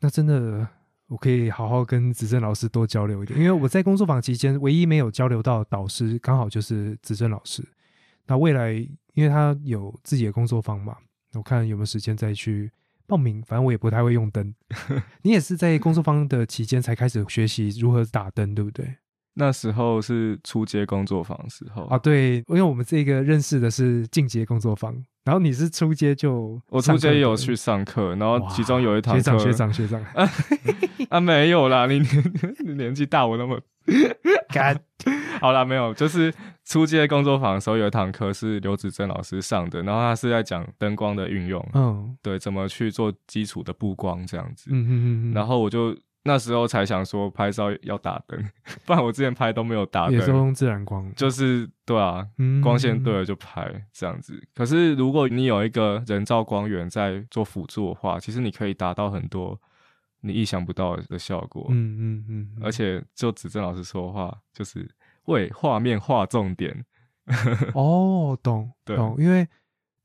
[SPEAKER 1] 那真的，我可以好好跟子正老师多交流一点，因为我在工作坊期间唯一没有交流到的导师，刚好就是子正老师。那未来因因为他有自己的工作坊嘛，我看有没有时间再去报名。反正我也不太会用
[SPEAKER 2] [laughs]
[SPEAKER 1] 灯，你也是在工作坊的期间才开始学习如何打灯，对不对？
[SPEAKER 2] 那时候是初阶工作坊的时候
[SPEAKER 1] 啊，对，因为我们这个认识的是进阶工作坊，然后你是初阶就
[SPEAKER 2] 我初
[SPEAKER 1] 上课
[SPEAKER 2] 阶有
[SPEAKER 1] 的
[SPEAKER 2] 去上课，然后
[SPEAKER 1] 哇
[SPEAKER 2] 其中有一堂
[SPEAKER 1] 学
[SPEAKER 2] 课呃
[SPEAKER 1] 长学长学长，
[SPEAKER 2] [laughs] 啊没有啦，你 [laughs] 你年纪大我那么
[SPEAKER 1] 干
[SPEAKER 2] 好啦，没有，就是初阶工作坊的时候有一堂课是刘子珍老师上的，然后他是在讲灯光的运用，
[SPEAKER 1] 嗯
[SPEAKER 2] 对，怎么去做基础的布光这样子。
[SPEAKER 1] 嗯嗯嗯，
[SPEAKER 2] 然后我就那时候才想说拍照要打灯， [laughs] 不然我之前拍都没有打
[SPEAKER 1] 后也是
[SPEAKER 2] 灯，
[SPEAKER 1] 用自然光，
[SPEAKER 2] 就是对啊，
[SPEAKER 1] 嗯
[SPEAKER 2] 光线对了就拍这样子。可是如果你有一个人造光源在做辅助的话，其实你可以达到很多你意想不到的效果。
[SPEAKER 1] 嗯嗯嗯，
[SPEAKER 2] 而且就子正老师说的话，就是为画面画重点。
[SPEAKER 1] 哦，懂
[SPEAKER 2] 对
[SPEAKER 1] 懂，因为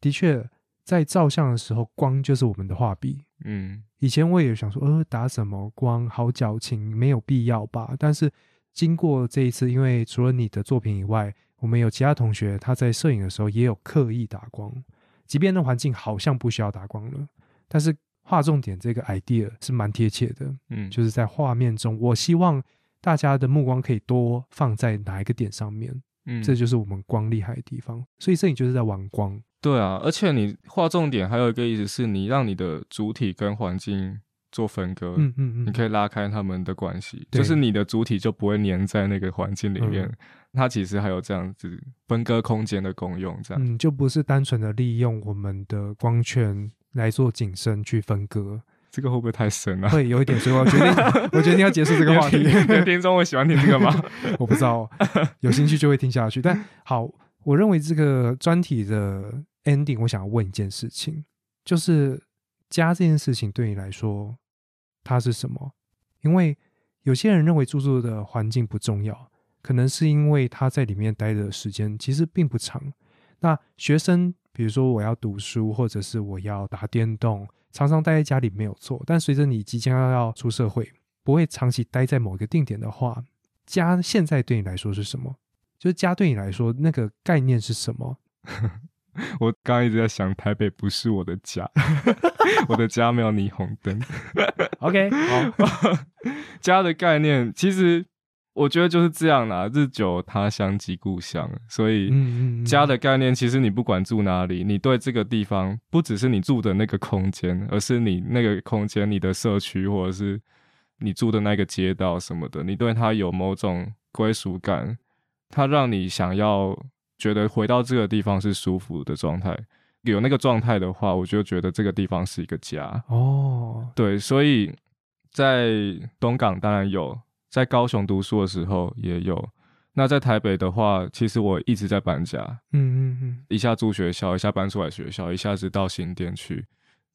[SPEAKER 1] 的确在照相的时候，光就是我们的画笔。
[SPEAKER 2] 嗯，
[SPEAKER 1] 以前我也想说，呃，打什么光，好矫情，没有必要吧？但是经过这一次，因为除了你的作品以外，我们有其他同学他在摄影的时候也有刻意打光，即便那环境好像不需要打光了，但是画重点这个 idea 是蛮贴切的。
[SPEAKER 2] 嗯，
[SPEAKER 1] 就是在画面中，我希望大家的目光可以多放在哪一个点上面，
[SPEAKER 2] 嗯
[SPEAKER 1] 这就是我们光厉害的地方。所以摄影就是在玩光，
[SPEAKER 2] 对啊。而且你画重点还有一个意思是，你让你的主体跟环境做分割，
[SPEAKER 1] 嗯嗯
[SPEAKER 2] 你
[SPEAKER 1] 嗯，
[SPEAKER 2] 可以拉开他们的关系，
[SPEAKER 1] 对
[SPEAKER 2] 就是你的主体就不会粘在那个环境里面。
[SPEAKER 1] 嗯
[SPEAKER 2] 它其实还有这样子分割空间的功用，这样。
[SPEAKER 1] 嗯，就不是单纯的利用我们的光圈来做景深去分
[SPEAKER 2] [laughs]
[SPEAKER 1] 割，
[SPEAKER 2] 这个会不会太深啊？
[SPEAKER 1] 会有一点。所以我决定，我决定要结束这个话题
[SPEAKER 2] [laughs] 你。的听你的听众会喜欢听这个吗？
[SPEAKER 1] [laughs] 我不知道，有兴趣就会听下去。但好，我认为这个专题的 ending，我想要问一件事情，就是家这件事情对你来说，它是什么？因为有些人认为住宿的环境不重要，可能是因为他在里面待的时间其实并不长。那学生，比如说我要读书，或者是我要打电动，常常待在家里没有错。但随着你即将要要出社会，不会长期待在某一个定点的话，家现在对你来说是什么？就是家对你来说那个概念是什么？
[SPEAKER 2] 我刚刚一直在想，台北不是我的家， [laughs] 我的家没有霓虹灯。
[SPEAKER 1] OK，好，
[SPEAKER 2] [laughs] 家的概念，其实我觉得就是这样啦。日久他乡即故乡，所以
[SPEAKER 1] 嗯嗯嗯
[SPEAKER 2] 家的概念，其实你不管住哪里，你对这个地方不只是你住的那个空间，而是你那个空间、你的社区或者是你住的那个街道什么的，你对它有某种归属感，它让你想要觉得回到这个地方是舒服的状态。有那个状态的话，我就觉得这个地方是一个家。
[SPEAKER 1] 哦，
[SPEAKER 2] 对，所以在东港当然有，在高雄读书的时候也有。那在台北的话，其实我一直在搬家，
[SPEAKER 1] 嗯嗯嗯，
[SPEAKER 2] 一下住学校，一下搬出来学校，一下子到新店去，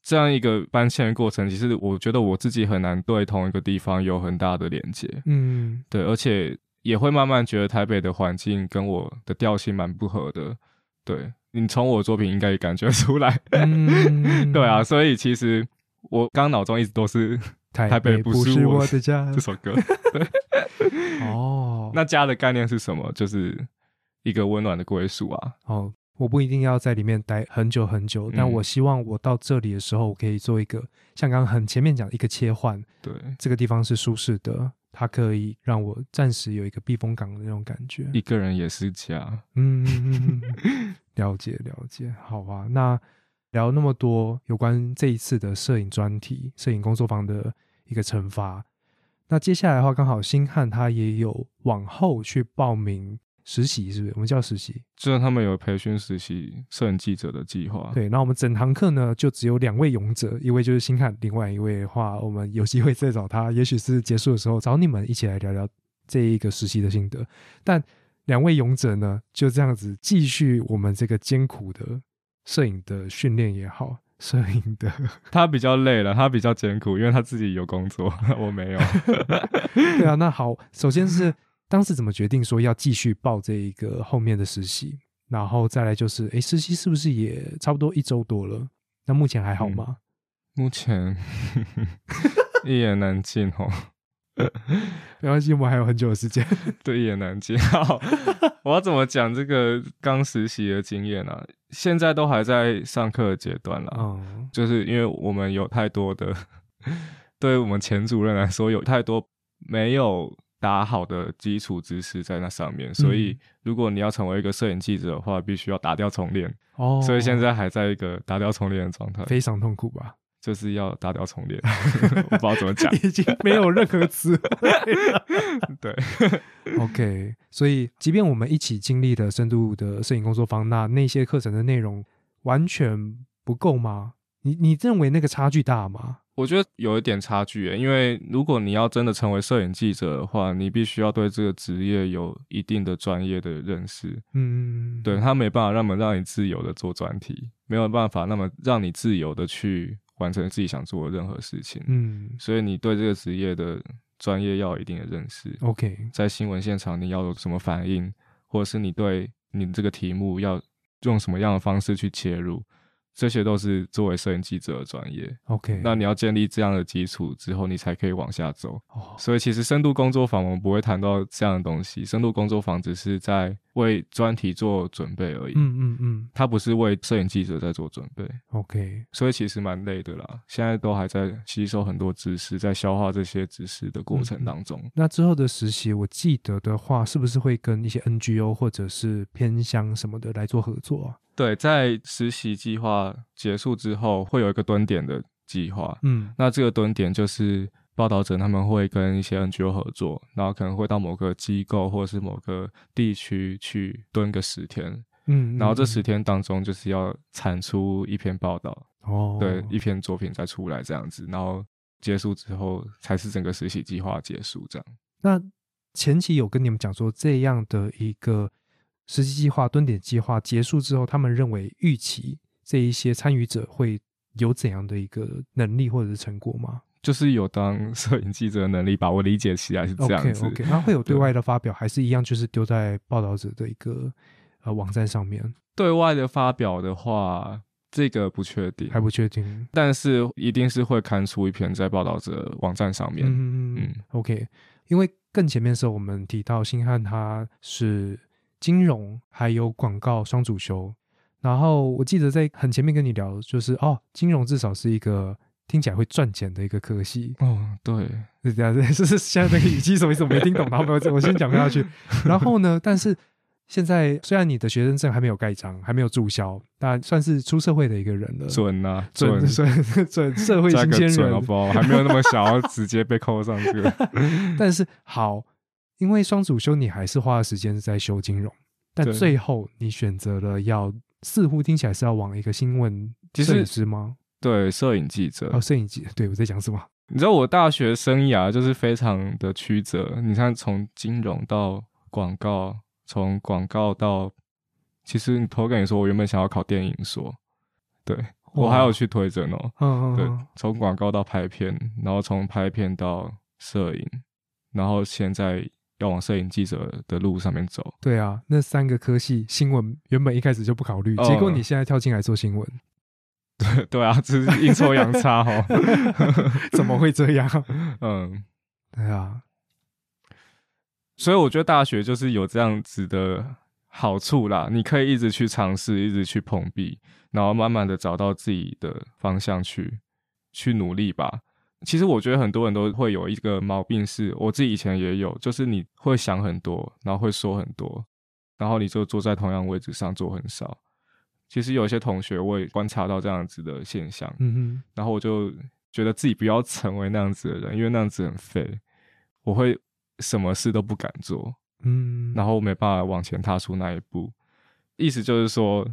[SPEAKER 2] 这样一个搬迁的过程，其实我觉得我自己很难对同一个地方有很大的连接，
[SPEAKER 1] 嗯
[SPEAKER 2] 对，而且也会慢慢觉得台北的环境跟我的调性蛮不合的，对你从我作品应该也感觉出来，
[SPEAKER 1] 嗯
[SPEAKER 2] [laughs] 对啊，，所以其实我刚脑中一直都是
[SPEAKER 1] 台
[SPEAKER 2] 台北
[SPEAKER 1] 不
[SPEAKER 2] 不是我
[SPEAKER 1] 的家
[SPEAKER 2] 这。 [laughs] 首歌，
[SPEAKER 1] 哦，
[SPEAKER 2] 那家的概念是什么？就是一个温暖的归属啊，
[SPEAKER 1] 哦，我不一定要在里面待很久很久，但
[SPEAKER 2] 嗯
[SPEAKER 1] 我希望我到这里的时候，我可以做一个像刚刚很前面讲的一个切换，
[SPEAKER 2] 对，
[SPEAKER 1] 这个地方是舒适的，它可以让我暂时有一个避风港的那种感觉。
[SPEAKER 2] 一个人也是家，
[SPEAKER 1] 嗯，嗯嗯嗯了解了解，好啊。那聊那么多有关这一次的摄影专题、摄影工作坊的一个惩罚，那接下来的话，刚好星汉他也有往后去报名实习，是不是？我们叫实习。
[SPEAKER 2] 就是他们有培训实习摄影记者的计划，
[SPEAKER 1] 对，那我们整堂课呢，就只有两位勇者，一位就是星汉，另外一位的话，我们有机会再找他，也许是结束的时候找你们一起来聊聊这一个实习的心得。但两位勇者呢，就这样子继续我们这个艰苦的摄影的训练也好，摄影的 [laughs]
[SPEAKER 2] 他比较累了，他比较艰苦，因为他自己有工作， [laughs] 我没有。
[SPEAKER 1] 对啊，那好，首先是当时怎么决定说要继续报这一个后面的实习，然后再来就是，诶，实习是不是也差不多一周多了？那
[SPEAKER 2] [laughs]
[SPEAKER 1] 目前还好吗？
[SPEAKER 2] 目前一言难尽哦。 [laughs]
[SPEAKER 1] 没关系，我们还有很久的时间。
[SPEAKER 2] 对，一言难尽。 [laughs] 好，我要怎么讲这个刚实习的经验啊？现在都还在上课的阶段啦，
[SPEAKER 1] 嗯，
[SPEAKER 2] 就是因为我们有太多的， [laughs] 对于我们前主任来说，有太多没有打好的基础知识在那上面，所
[SPEAKER 1] 嗯
[SPEAKER 2] 以如果你要成为一个摄影记者的话，必须要打掉重练。
[SPEAKER 1] 哦
[SPEAKER 2] 所以现在还在一个打掉重练的状态，
[SPEAKER 1] 非常痛苦吧？。
[SPEAKER 2] 就是要打掉重练，我不知道怎么讲
[SPEAKER 1] 已经没有任何词汇了。
[SPEAKER 2] [laughs] 对，
[SPEAKER 1] OK，所以即便我们一起经历的深度的摄影工作坊，那那些课程的内容完全不够吗？你你认为那个差距大吗？
[SPEAKER 2] 我觉得有一点差距耶，因为如果你要真的成为摄影记者的话，你必须要对这个职业有一定的专业的认识。
[SPEAKER 1] 嗯，
[SPEAKER 2] 对，他没办法那么让你自由的做专题，没有办法那么让你自由的去完成自己想做的任何事情。
[SPEAKER 1] 嗯
[SPEAKER 2] 所以你对这个职业的专业要有一定的认识。
[SPEAKER 1] 嗯，OK，
[SPEAKER 2] 在新闻现场你要有什么反应，或者是你对你这个题目要用什么样的方式去切入，这些都是作为摄影记者的专业。
[SPEAKER 1] OK，
[SPEAKER 2] 那你要建立这样的基础之后，你才可以往下走。
[SPEAKER 1] 哦
[SPEAKER 2] 所以其实深度工作坊我们不会谈到这样的东西，深度工作坊只是在为专题做准备而已，
[SPEAKER 1] 嗯嗯嗯
[SPEAKER 2] 它不是为摄影记者在做准备，
[SPEAKER 1] ，OK，
[SPEAKER 2] 所以其实蛮累的啦。现在都还在吸收很多知识，在消化这些知识的过程当中。
[SPEAKER 1] 那之后的实习，我记得的话，是不是会跟一些 NGO 或者是偏乡什么的来做合作啊？
[SPEAKER 2] 对，在实习计划结束之后，会有一个蹲点的计划。
[SPEAKER 1] 嗯
[SPEAKER 2] 那这个蹲点就是报道者他们会跟一些 NGO 合作，然后可能会到某个机构或者是某个地区去蹲个十天，
[SPEAKER 1] 嗯，
[SPEAKER 2] 然后这
[SPEAKER 1] 嗯
[SPEAKER 2] 十天当中就是要产出一篇报道，
[SPEAKER 1] 哦，
[SPEAKER 2] 对，一篇作品再出来这样子，然后结束之后才是整个实习计划结束这样。
[SPEAKER 1] 那前期有跟你们讲说，这样的一个实习计划、蹲点计划结束之后，他们认为预期这一些参与者会有怎样的一个能力或者是成果吗
[SPEAKER 2] 就是有当 [laughs] 摄影记者的能力吧，我理解起来是这样
[SPEAKER 1] ？OK
[SPEAKER 2] 子。
[SPEAKER 1] OK，那会有对外的发表，还是一样就是丢在报道者的一个呃网站上面，
[SPEAKER 2] [laughs] 对外的发表的话，这个不确定，
[SPEAKER 1] 还不确定。
[SPEAKER 2] 但是一定是会刊出一篇在报道者网站上面。
[SPEAKER 1] 嗯嗯嗯
[SPEAKER 2] 嗯
[SPEAKER 1] ，OK，因为更前面的时候我们提到星汉他是金融还有广告双主修，然后我记得在很前面跟你聊，就是哦，金融至少是一个听起来会赚钱的一个科系，
[SPEAKER 2] 哦，对，
[SPEAKER 1] 对对对，这是现在那个语气什么意思？我没听懂，然后没有我先讲下
[SPEAKER 2] [laughs]
[SPEAKER 1] 去。然后呢，但是现在虽然你的学生证还没有盖章，还没有注销，但算是出社会的一个人了。
[SPEAKER 2] 准呐、啊，
[SPEAKER 1] 准准准社会
[SPEAKER 2] 加
[SPEAKER 1] 新
[SPEAKER 2] 个
[SPEAKER 1] 鲜
[SPEAKER 2] 准
[SPEAKER 1] 人
[SPEAKER 2] 好，不好？还没有那么想要直接被扣上
[SPEAKER 1] [laughs]
[SPEAKER 2] 这个。 [laughs]
[SPEAKER 1] 但是好，因为双主修你还是花了时间在修金融，但
[SPEAKER 2] 对
[SPEAKER 1] 最后你选择了要，似乎听起来是要往一个新闻
[SPEAKER 2] 其
[SPEAKER 1] 摄影
[SPEAKER 2] 实
[SPEAKER 1] 师吗？
[SPEAKER 2] 对，摄影记者，
[SPEAKER 1] 哦，摄影机，对我在讲什么？
[SPEAKER 2] 你知道我大学生涯就是非常的曲折。你看，从金融到广告，从广告到，其实你头跟你说，我原本想要考电影所，对我还有去推甄哦、
[SPEAKER 1] 嗯，嗯
[SPEAKER 2] 对
[SPEAKER 1] 嗯，
[SPEAKER 2] 从广告到拍片，然后从拍片到摄影，然后现在要往摄影记者的路上面走。 [laughs]
[SPEAKER 1] 对啊，那三个科系新闻原本一开始就不考虑，
[SPEAKER 2] 哦
[SPEAKER 1] 结果你现在跳进来做
[SPEAKER 2] [laughs]
[SPEAKER 1] 新闻， [laughs]
[SPEAKER 2] 对啊，这是阴错阳差
[SPEAKER 1] [laughs]
[SPEAKER 2] 哦。
[SPEAKER 1] 怎么会这样？ [laughs]
[SPEAKER 2] 嗯，
[SPEAKER 1] 对啊，
[SPEAKER 2] 所以我觉得大学就是有这样子的好处啦，你可以一直去尝试，一直去碰壁，然后慢慢的找到自己的方向去去努力吧。其实我觉得很多人都会有一个毛病是，我自己以前也有，就是你会想很多，然后会说很多，然后你就坐在同样位置上做很少。其实有些同学我也观察到这样子的现象，
[SPEAKER 1] 嗯
[SPEAKER 2] 然后我就觉得自己不要成为那样子的人，因为那样子很废，我会什么事都不敢做，
[SPEAKER 1] 哼嗯，
[SPEAKER 2] 然后没办法往前踏出那一步。意思就是说，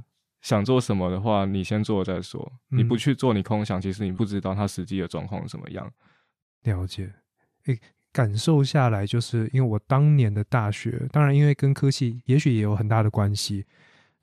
[SPEAKER 2] 想做什么的话，你先做了再说。你不
[SPEAKER 1] 嗯
[SPEAKER 2] 去做，你空想，其实你不知道它实际的状况是怎么样。
[SPEAKER 1] 了解，诶，感受下来，就是因为我当年的大学，当然因为跟科系也许也有很大的关系，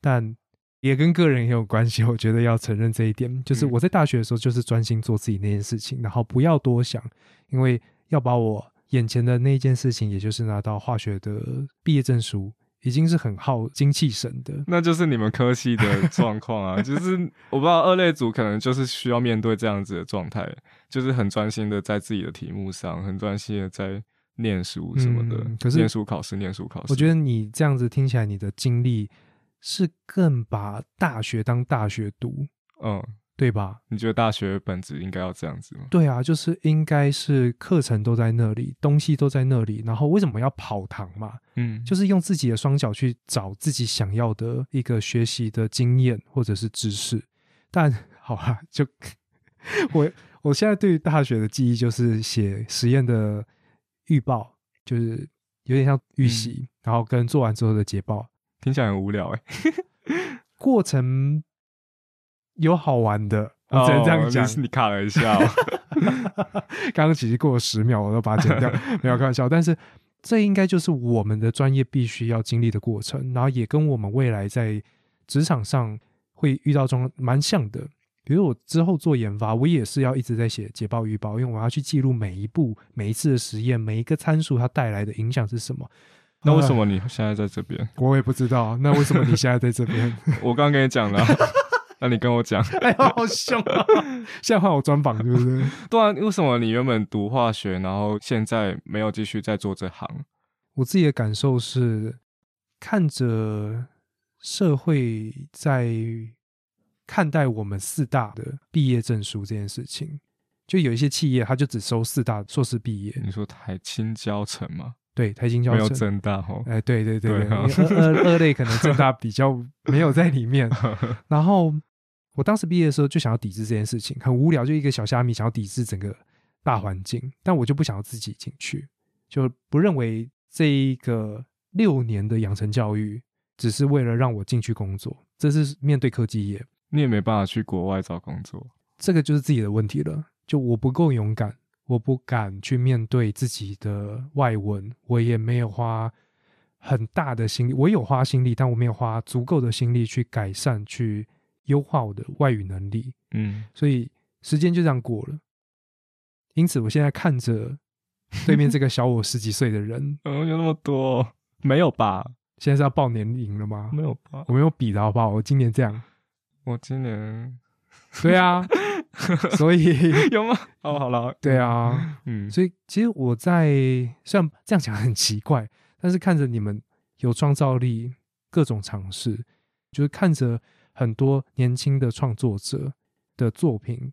[SPEAKER 1] 但也跟个人也有关系。我觉得要承认这一点，就是
[SPEAKER 2] 嗯
[SPEAKER 1] 我在大学的时候就是专心做自己那件事情，然后不要多想，因为要把我眼前的那一件事情，也就是拿到化学的毕业证书，已经是很耗精气神的。
[SPEAKER 2] 那就是你们科
[SPEAKER 1] [laughs]
[SPEAKER 2] 系的状况啊，就是我不知道二类组可能就是需要面对这样子的状态，就是很专心的在自己的题目上，很专心的在念书什么的，
[SPEAKER 1] 嗯可是
[SPEAKER 2] 念书考试、念书考试。
[SPEAKER 1] 我觉得你这样子听起来，你的经历是更把大学当大学读，
[SPEAKER 2] 得，嗯，
[SPEAKER 1] 对吧？
[SPEAKER 2] 你觉得大学本质应该要这样子吗？
[SPEAKER 1] 对啊，就是应该是课程都在那里，东西都在那里，然后为什么要跑堂嘛？
[SPEAKER 2] 嗯，
[SPEAKER 1] 就是用自己的双脚去找自己想要的一个学习的经验或者是知识。但好啦，就 [laughs] 我我现在对于大学的记忆就是写实验的预报，就是有点像
[SPEAKER 2] 嗯
[SPEAKER 1] 预习，然后跟做完之后的捷报。
[SPEAKER 2] 听起来很无聊哎、
[SPEAKER 1] 过程有好玩的，
[SPEAKER 2] [laughs]
[SPEAKER 1] 我只能这样讲。
[SPEAKER 2] 哦你你卡了一下、哦，
[SPEAKER 1] [laughs] 刚刚其实过了十秒，我都把它 [laughs] 剪掉，没有开玩笑。但是这应该就是我们的专业必须要经历的过程，然后也跟我们未来在职场上会遇到中蛮像的。比如我之后做研发，我也是要一直在写捷报预报，因为我要去记录每一步、每一次的实验、每一个参数它带来的影响是什么。
[SPEAKER 2] [laughs] 那为什
[SPEAKER 1] 唉
[SPEAKER 2] 么你现在在这边？ [laughs]
[SPEAKER 1] 我也不知道？那为什么你现在在这 [laughs] 边？
[SPEAKER 2] 我刚刚跟你讲了 [laughs] 啊，那你跟我讲， [laughs]
[SPEAKER 1] 哎呦，好凶啊！现在换我专访是不是？
[SPEAKER 2] 对啊，为什么你原本读化学，然后现在没有继续在做这行？
[SPEAKER 1] 我自己的感受是，看着社会在看待我们四大的毕业证书这件事情，就有一些企业它就只收四大硕士毕业，
[SPEAKER 2] 欸你说台青教程吗？
[SPEAKER 1] 对，台经教
[SPEAKER 2] 没有
[SPEAKER 1] 程。
[SPEAKER 2] 增大哦，
[SPEAKER 1] 哎，对对对
[SPEAKER 2] 对
[SPEAKER 1] 对，
[SPEAKER 2] 哈
[SPEAKER 1] 因为二二二类可能正大比较没有在里面。然后我当时毕业的时候就想要抵制这件事情，很无聊，就一个小虾米想要抵制整个大环境，但我就不想要自己进去，就不认为这一个六年的养成教育只是为了让我进去工作，这是面对科技业，
[SPEAKER 2] 你也没办法去国外找工作。
[SPEAKER 1] 这个就是自己的问题了，就我不够勇敢，我不敢去面对自己的外文，我也没有花。很大的心力，我有花心力，但我没有花足够的心力去改善、去优化我的外语能力。
[SPEAKER 2] 嗯，，
[SPEAKER 1] 所以时间就这样过了。因此，我现在看着对面这个小我十几岁的人 [laughs]
[SPEAKER 2] 呃有那么多？没有吧？
[SPEAKER 1] 现在是要报年龄了吗？
[SPEAKER 2] 没有吧？
[SPEAKER 1] 我没有比的好不好？我今年这样，
[SPEAKER 2] 我今年
[SPEAKER 1] 对啊，所以
[SPEAKER 2] 有吗？ [laughs] 哦，好了，
[SPEAKER 1] 对啊，
[SPEAKER 2] 嗯，
[SPEAKER 1] 所以其实我在虽然这样讲很奇怪，但是看着你们有创造力、各种尝试，就是看着很多年轻的创作者的作品，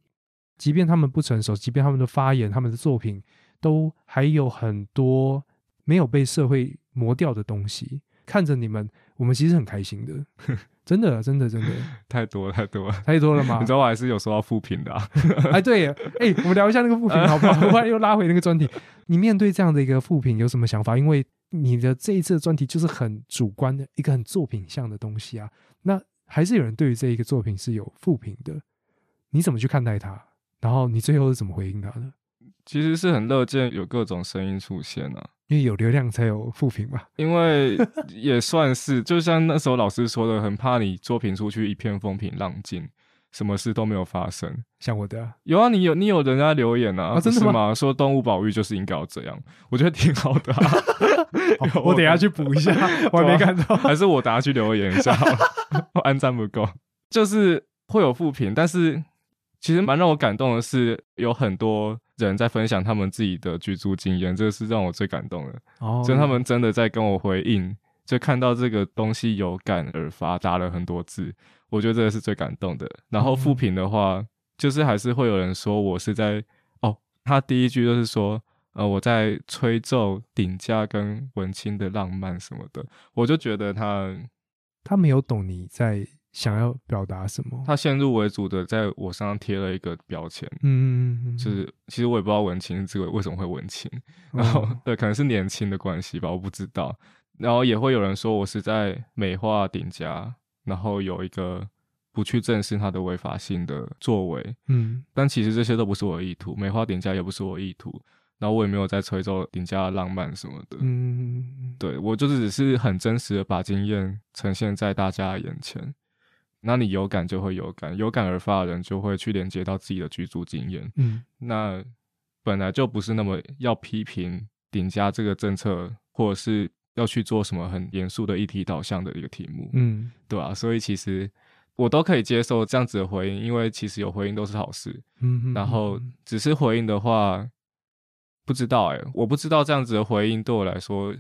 [SPEAKER 1] 即便他们不成熟，即便他们的发言、他们的作品都还有很多没有被社会磨掉的东西。看着你们，我们其实很开心的，
[SPEAKER 2] [laughs]
[SPEAKER 1] 真的，啊真的，真的，
[SPEAKER 2] 太多了太多了。
[SPEAKER 1] 太多了嘛
[SPEAKER 2] [laughs] 你知。道我还是有收到负评的、啊，
[SPEAKER 1] [laughs] 哎，对耶，哎，我们聊一下那个副
[SPEAKER 2] 嗯
[SPEAKER 1] 评好不好？不然又拉回那个专题。你面对这样的一个副评有什么想法？因为你的这一次的专题就是很主观的一个很作品向的东西啊。那还是有人对于这一个作品是有负评的，你怎么去看待它？然后你最后是怎么回应他的？
[SPEAKER 2] 其实是很乐见有各种声音出现啊。
[SPEAKER 1] 因为有流量才有负评嘛。[laughs]
[SPEAKER 2] 因为也算是，就像那时候老师说的，很怕你作品出去一片风平浪静，什么事都没有发生。
[SPEAKER 1] 像我
[SPEAKER 2] [laughs]
[SPEAKER 1] 的、啊，
[SPEAKER 2] 有啊，你有你有人家留言啊，
[SPEAKER 1] 啊真的
[SPEAKER 2] 不是
[SPEAKER 1] 吗
[SPEAKER 2] 吗？说动物保育就是应该要这样，我觉得挺好的、啊。
[SPEAKER 1] [laughs] 好
[SPEAKER 2] 哦
[SPEAKER 1] 我
[SPEAKER 2] [laughs]
[SPEAKER 1] 等一下去补一下， [laughs] 我还没看到。
[SPEAKER 2] 还是我等下去留言一下 [laughs] 好了，我按赞不够，就是会有负评，但是其实蛮让我感动的是，有很多人在分享他们自己的居住经验，这个是让我最感动的。
[SPEAKER 1] 哦
[SPEAKER 2] 所以他们真的在跟我回应，就看到这个东西有感而发，打了很多字，我觉得这个是最感动的。然后
[SPEAKER 1] 嗯
[SPEAKER 2] 复评的话，就是还是会有人说我是在哦，他第一句就是说。呃，我在吹奏顶架跟文青的浪漫什么的，我就觉得他
[SPEAKER 1] 他没有懂你在想要表达什么。
[SPEAKER 2] 他先入为主的在我身上贴了一个标签，
[SPEAKER 1] 嗯，
[SPEAKER 2] 就是其实我也不知道文青这个为什么会文青，
[SPEAKER 1] 嗯
[SPEAKER 2] 然后、对，可能是年轻的关系吧，我不知道。然后也会有人说我是在美化顶家，然后有一个不去正视它的违法性的作为，
[SPEAKER 1] 嗯
[SPEAKER 2] 但其实这些都不是我的意图，美化顶家也不是我的意图，然后我也没有在吹奏顶家的浪漫什么的。
[SPEAKER 1] 嗯，
[SPEAKER 2] 对我就是只是很真实的把经验呈现在大家的眼前，那你有感就会有感，有感而发的人就会去连接到自己的居住经验，
[SPEAKER 1] 嗯
[SPEAKER 2] 那本来就不是那么要批评顶加这个政策，或者是要去做什么很严肃的议题导向的一个题目，
[SPEAKER 1] 嗯
[SPEAKER 2] 对吧、所以其实我都可以接受这样子的回应，因为其实有回应都是好事。
[SPEAKER 1] 嗯，
[SPEAKER 2] 然后
[SPEAKER 1] 嗯
[SPEAKER 2] 只是回应的话，不知道哎、我不知道这样子的回应对我来说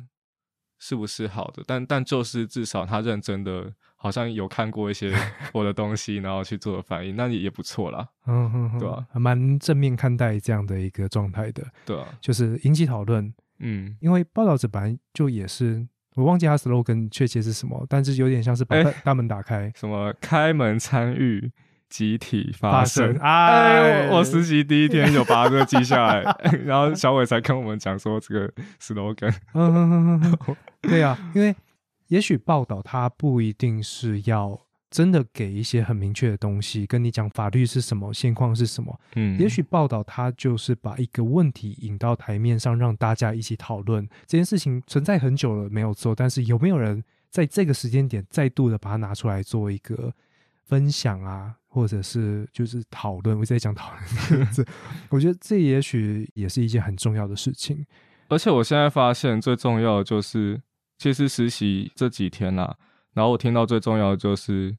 [SPEAKER 2] 是不是好的，但但就是至少他认真的，好像有看过
[SPEAKER 1] [laughs]
[SPEAKER 2] 一些我的东西，然后去做反应，那也也不错啦，
[SPEAKER 1] 嗯哼哼，
[SPEAKER 2] 对啊
[SPEAKER 1] 还蛮正面看待这样的一个状态的，
[SPEAKER 2] 对啊，
[SPEAKER 1] 就是引起讨论。
[SPEAKER 2] 嗯，
[SPEAKER 1] 因为报道者本来就也是，我忘记他 slogan 确切是什么，但是有点像是把
[SPEAKER 2] 哎
[SPEAKER 1] 大大门打开，
[SPEAKER 2] 什么开门参与。集体发声，
[SPEAKER 1] 哎
[SPEAKER 2] 哎，我我实习第一天有把这个记下 [laughs] 来，然后小伟才跟我们讲说这个 slogan，
[SPEAKER 1] 嗯哼哼哼哼， [laughs] 对啊，因为也许报道它不一定是要真的给一些很明确的东西，跟你讲法律是什么，现况是什么。
[SPEAKER 2] 嗯，
[SPEAKER 1] 也许报道它就是把一个问题引到台面上，让大家一起讨论这件事情存在很久了，没有做，但是有没有人在这个时间点再度的把它拿出来做一个分享啊，或者是就是讨论？我在讲讨论这，我觉得这也许也是一件很重要的事情。
[SPEAKER 2] 而且我现在发现最重要的就是，其实实习这几天啦、然后我听到最重要的就是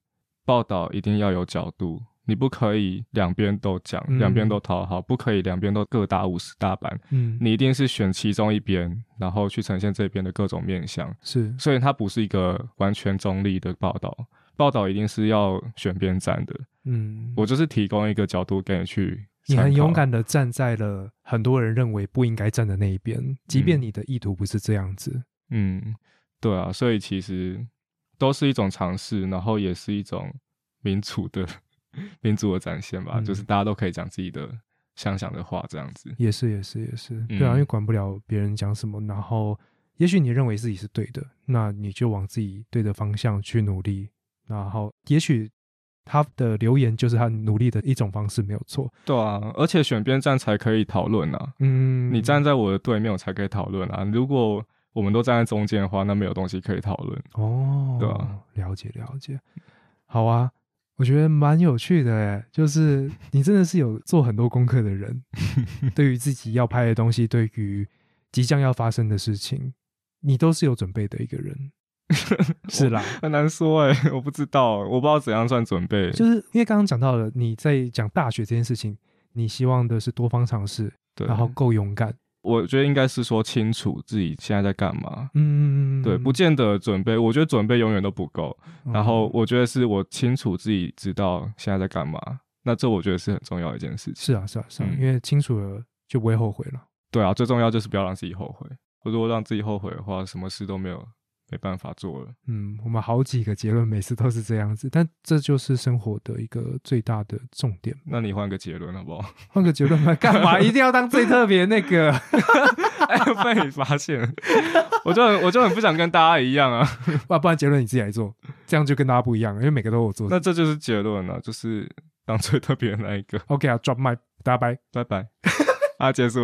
[SPEAKER 2] 报道一定要有角度，你不可以两边都讲，
[SPEAKER 1] 嗯
[SPEAKER 2] 两边都讨好，不可以两边都各打五十大板，
[SPEAKER 1] 嗯，
[SPEAKER 2] 你一定是选其中一边，然后去呈现这边的各种面相，
[SPEAKER 1] 是
[SPEAKER 2] 所以它不是一个完全中立的报道。报道一定是要选边站的，
[SPEAKER 1] 嗯，
[SPEAKER 2] 我就是提供一个角度给你去。
[SPEAKER 1] 你很勇，敢的站在了很多人认为不应该站的那一边，即便
[SPEAKER 2] 嗯
[SPEAKER 1] 你的意图不是这样子。
[SPEAKER 2] 嗯，对啊，所以其实都是一种尝试，然后也是一种民主的 [laughs] 民主的展现吧，
[SPEAKER 1] 嗯
[SPEAKER 2] 就是大家都可以讲自己的想想的话，这样子。
[SPEAKER 1] 也是，也是，也是，对啊，
[SPEAKER 2] 嗯
[SPEAKER 1] 因为管不了别人讲什么，然后也许你认为自己是对的，那你就往自己对的方向去努力，然后也许他的留言就是他努力的一种方式，没有错。
[SPEAKER 2] 对啊，而且选边站才可以讨论啊，
[SPEAKER 1] 嗯，
[SPEAKER 2] 你站在我的对面，我才可以讨论啊。如果我们都站在中间的话，那没有东西可以讨论。
[SPEAKER 1] 哦，
[SPEAKER 2] 对啊，
[SPEAKER 1] 了解了解，好啊，我觉得蛮有趣的诶，就是你真的是有做很多功课的
[SPEAKER 2] [laughs]
[SPEAKER 1] 人，对于自己要拍的东西，对于即将要发生的事情，你都是有准备的一个
[SPEAKER 2] [laughs]
[SPEAKER 1] 人，是啦，
[SPEAKER 2] 很难说哎、 [laughs] 我不知道，我不知道怎样算准备。
[SPEAKER 1] 就是因为刚刚讲到了你在讲大学这件事情，你希望的是多方尝试，
[SPEAKER 2] 对，
[SPEAKER 1] 然后够勇敢，
[SPEAKER 2] 我觉得应该是说清楚自己现在在干嘛。
[SPEAKER 1] 嗯，
[SPEAKER 2] 对，不见得准备，我觉得准备永远都不够。
[SPEAKER 1] 嗯，
[SPEAKER 2] 然后我觉得是我清楚自己知道现在在干嘛，那这我觉得是很重要的一件事情。
[SPEAKER 1] 是啊是啊是啊，
[SPEAKER 2] 嗯
[SPEAKER 1] 因为清楚了就不会后悔了，
[SPEAKER 2] 对啊，最重要就是不要让自己后悔。如果让自己后悔的话，什么事都没有没办法做了。
[SPEAKER 1] 嗯，我们好几个结论每次都是这样子，但这就是生活的一个最大的重点。
[SPEAKER 2] 那你换个结论好不好？ [laughs]
[SPEAKER 1] 换个结论吧，干嘛 [laughs] 一定要当最特别那个？ [laughs]
[SPEAKER 2] 哎，被你发现了，我就很我就很不想跟大家一样啊。
[SPEAKER 1] 不不然结论你自己来做，这样就跟大家不一样了，因为每个都有做。
[SPEAKER 2] 那这就是结论了、就是当最特别的那一个。
[SPEAKER 1] OK 啊，drop my 大家拜。
[SPEAKER 2] 拜拜，啊，结束了。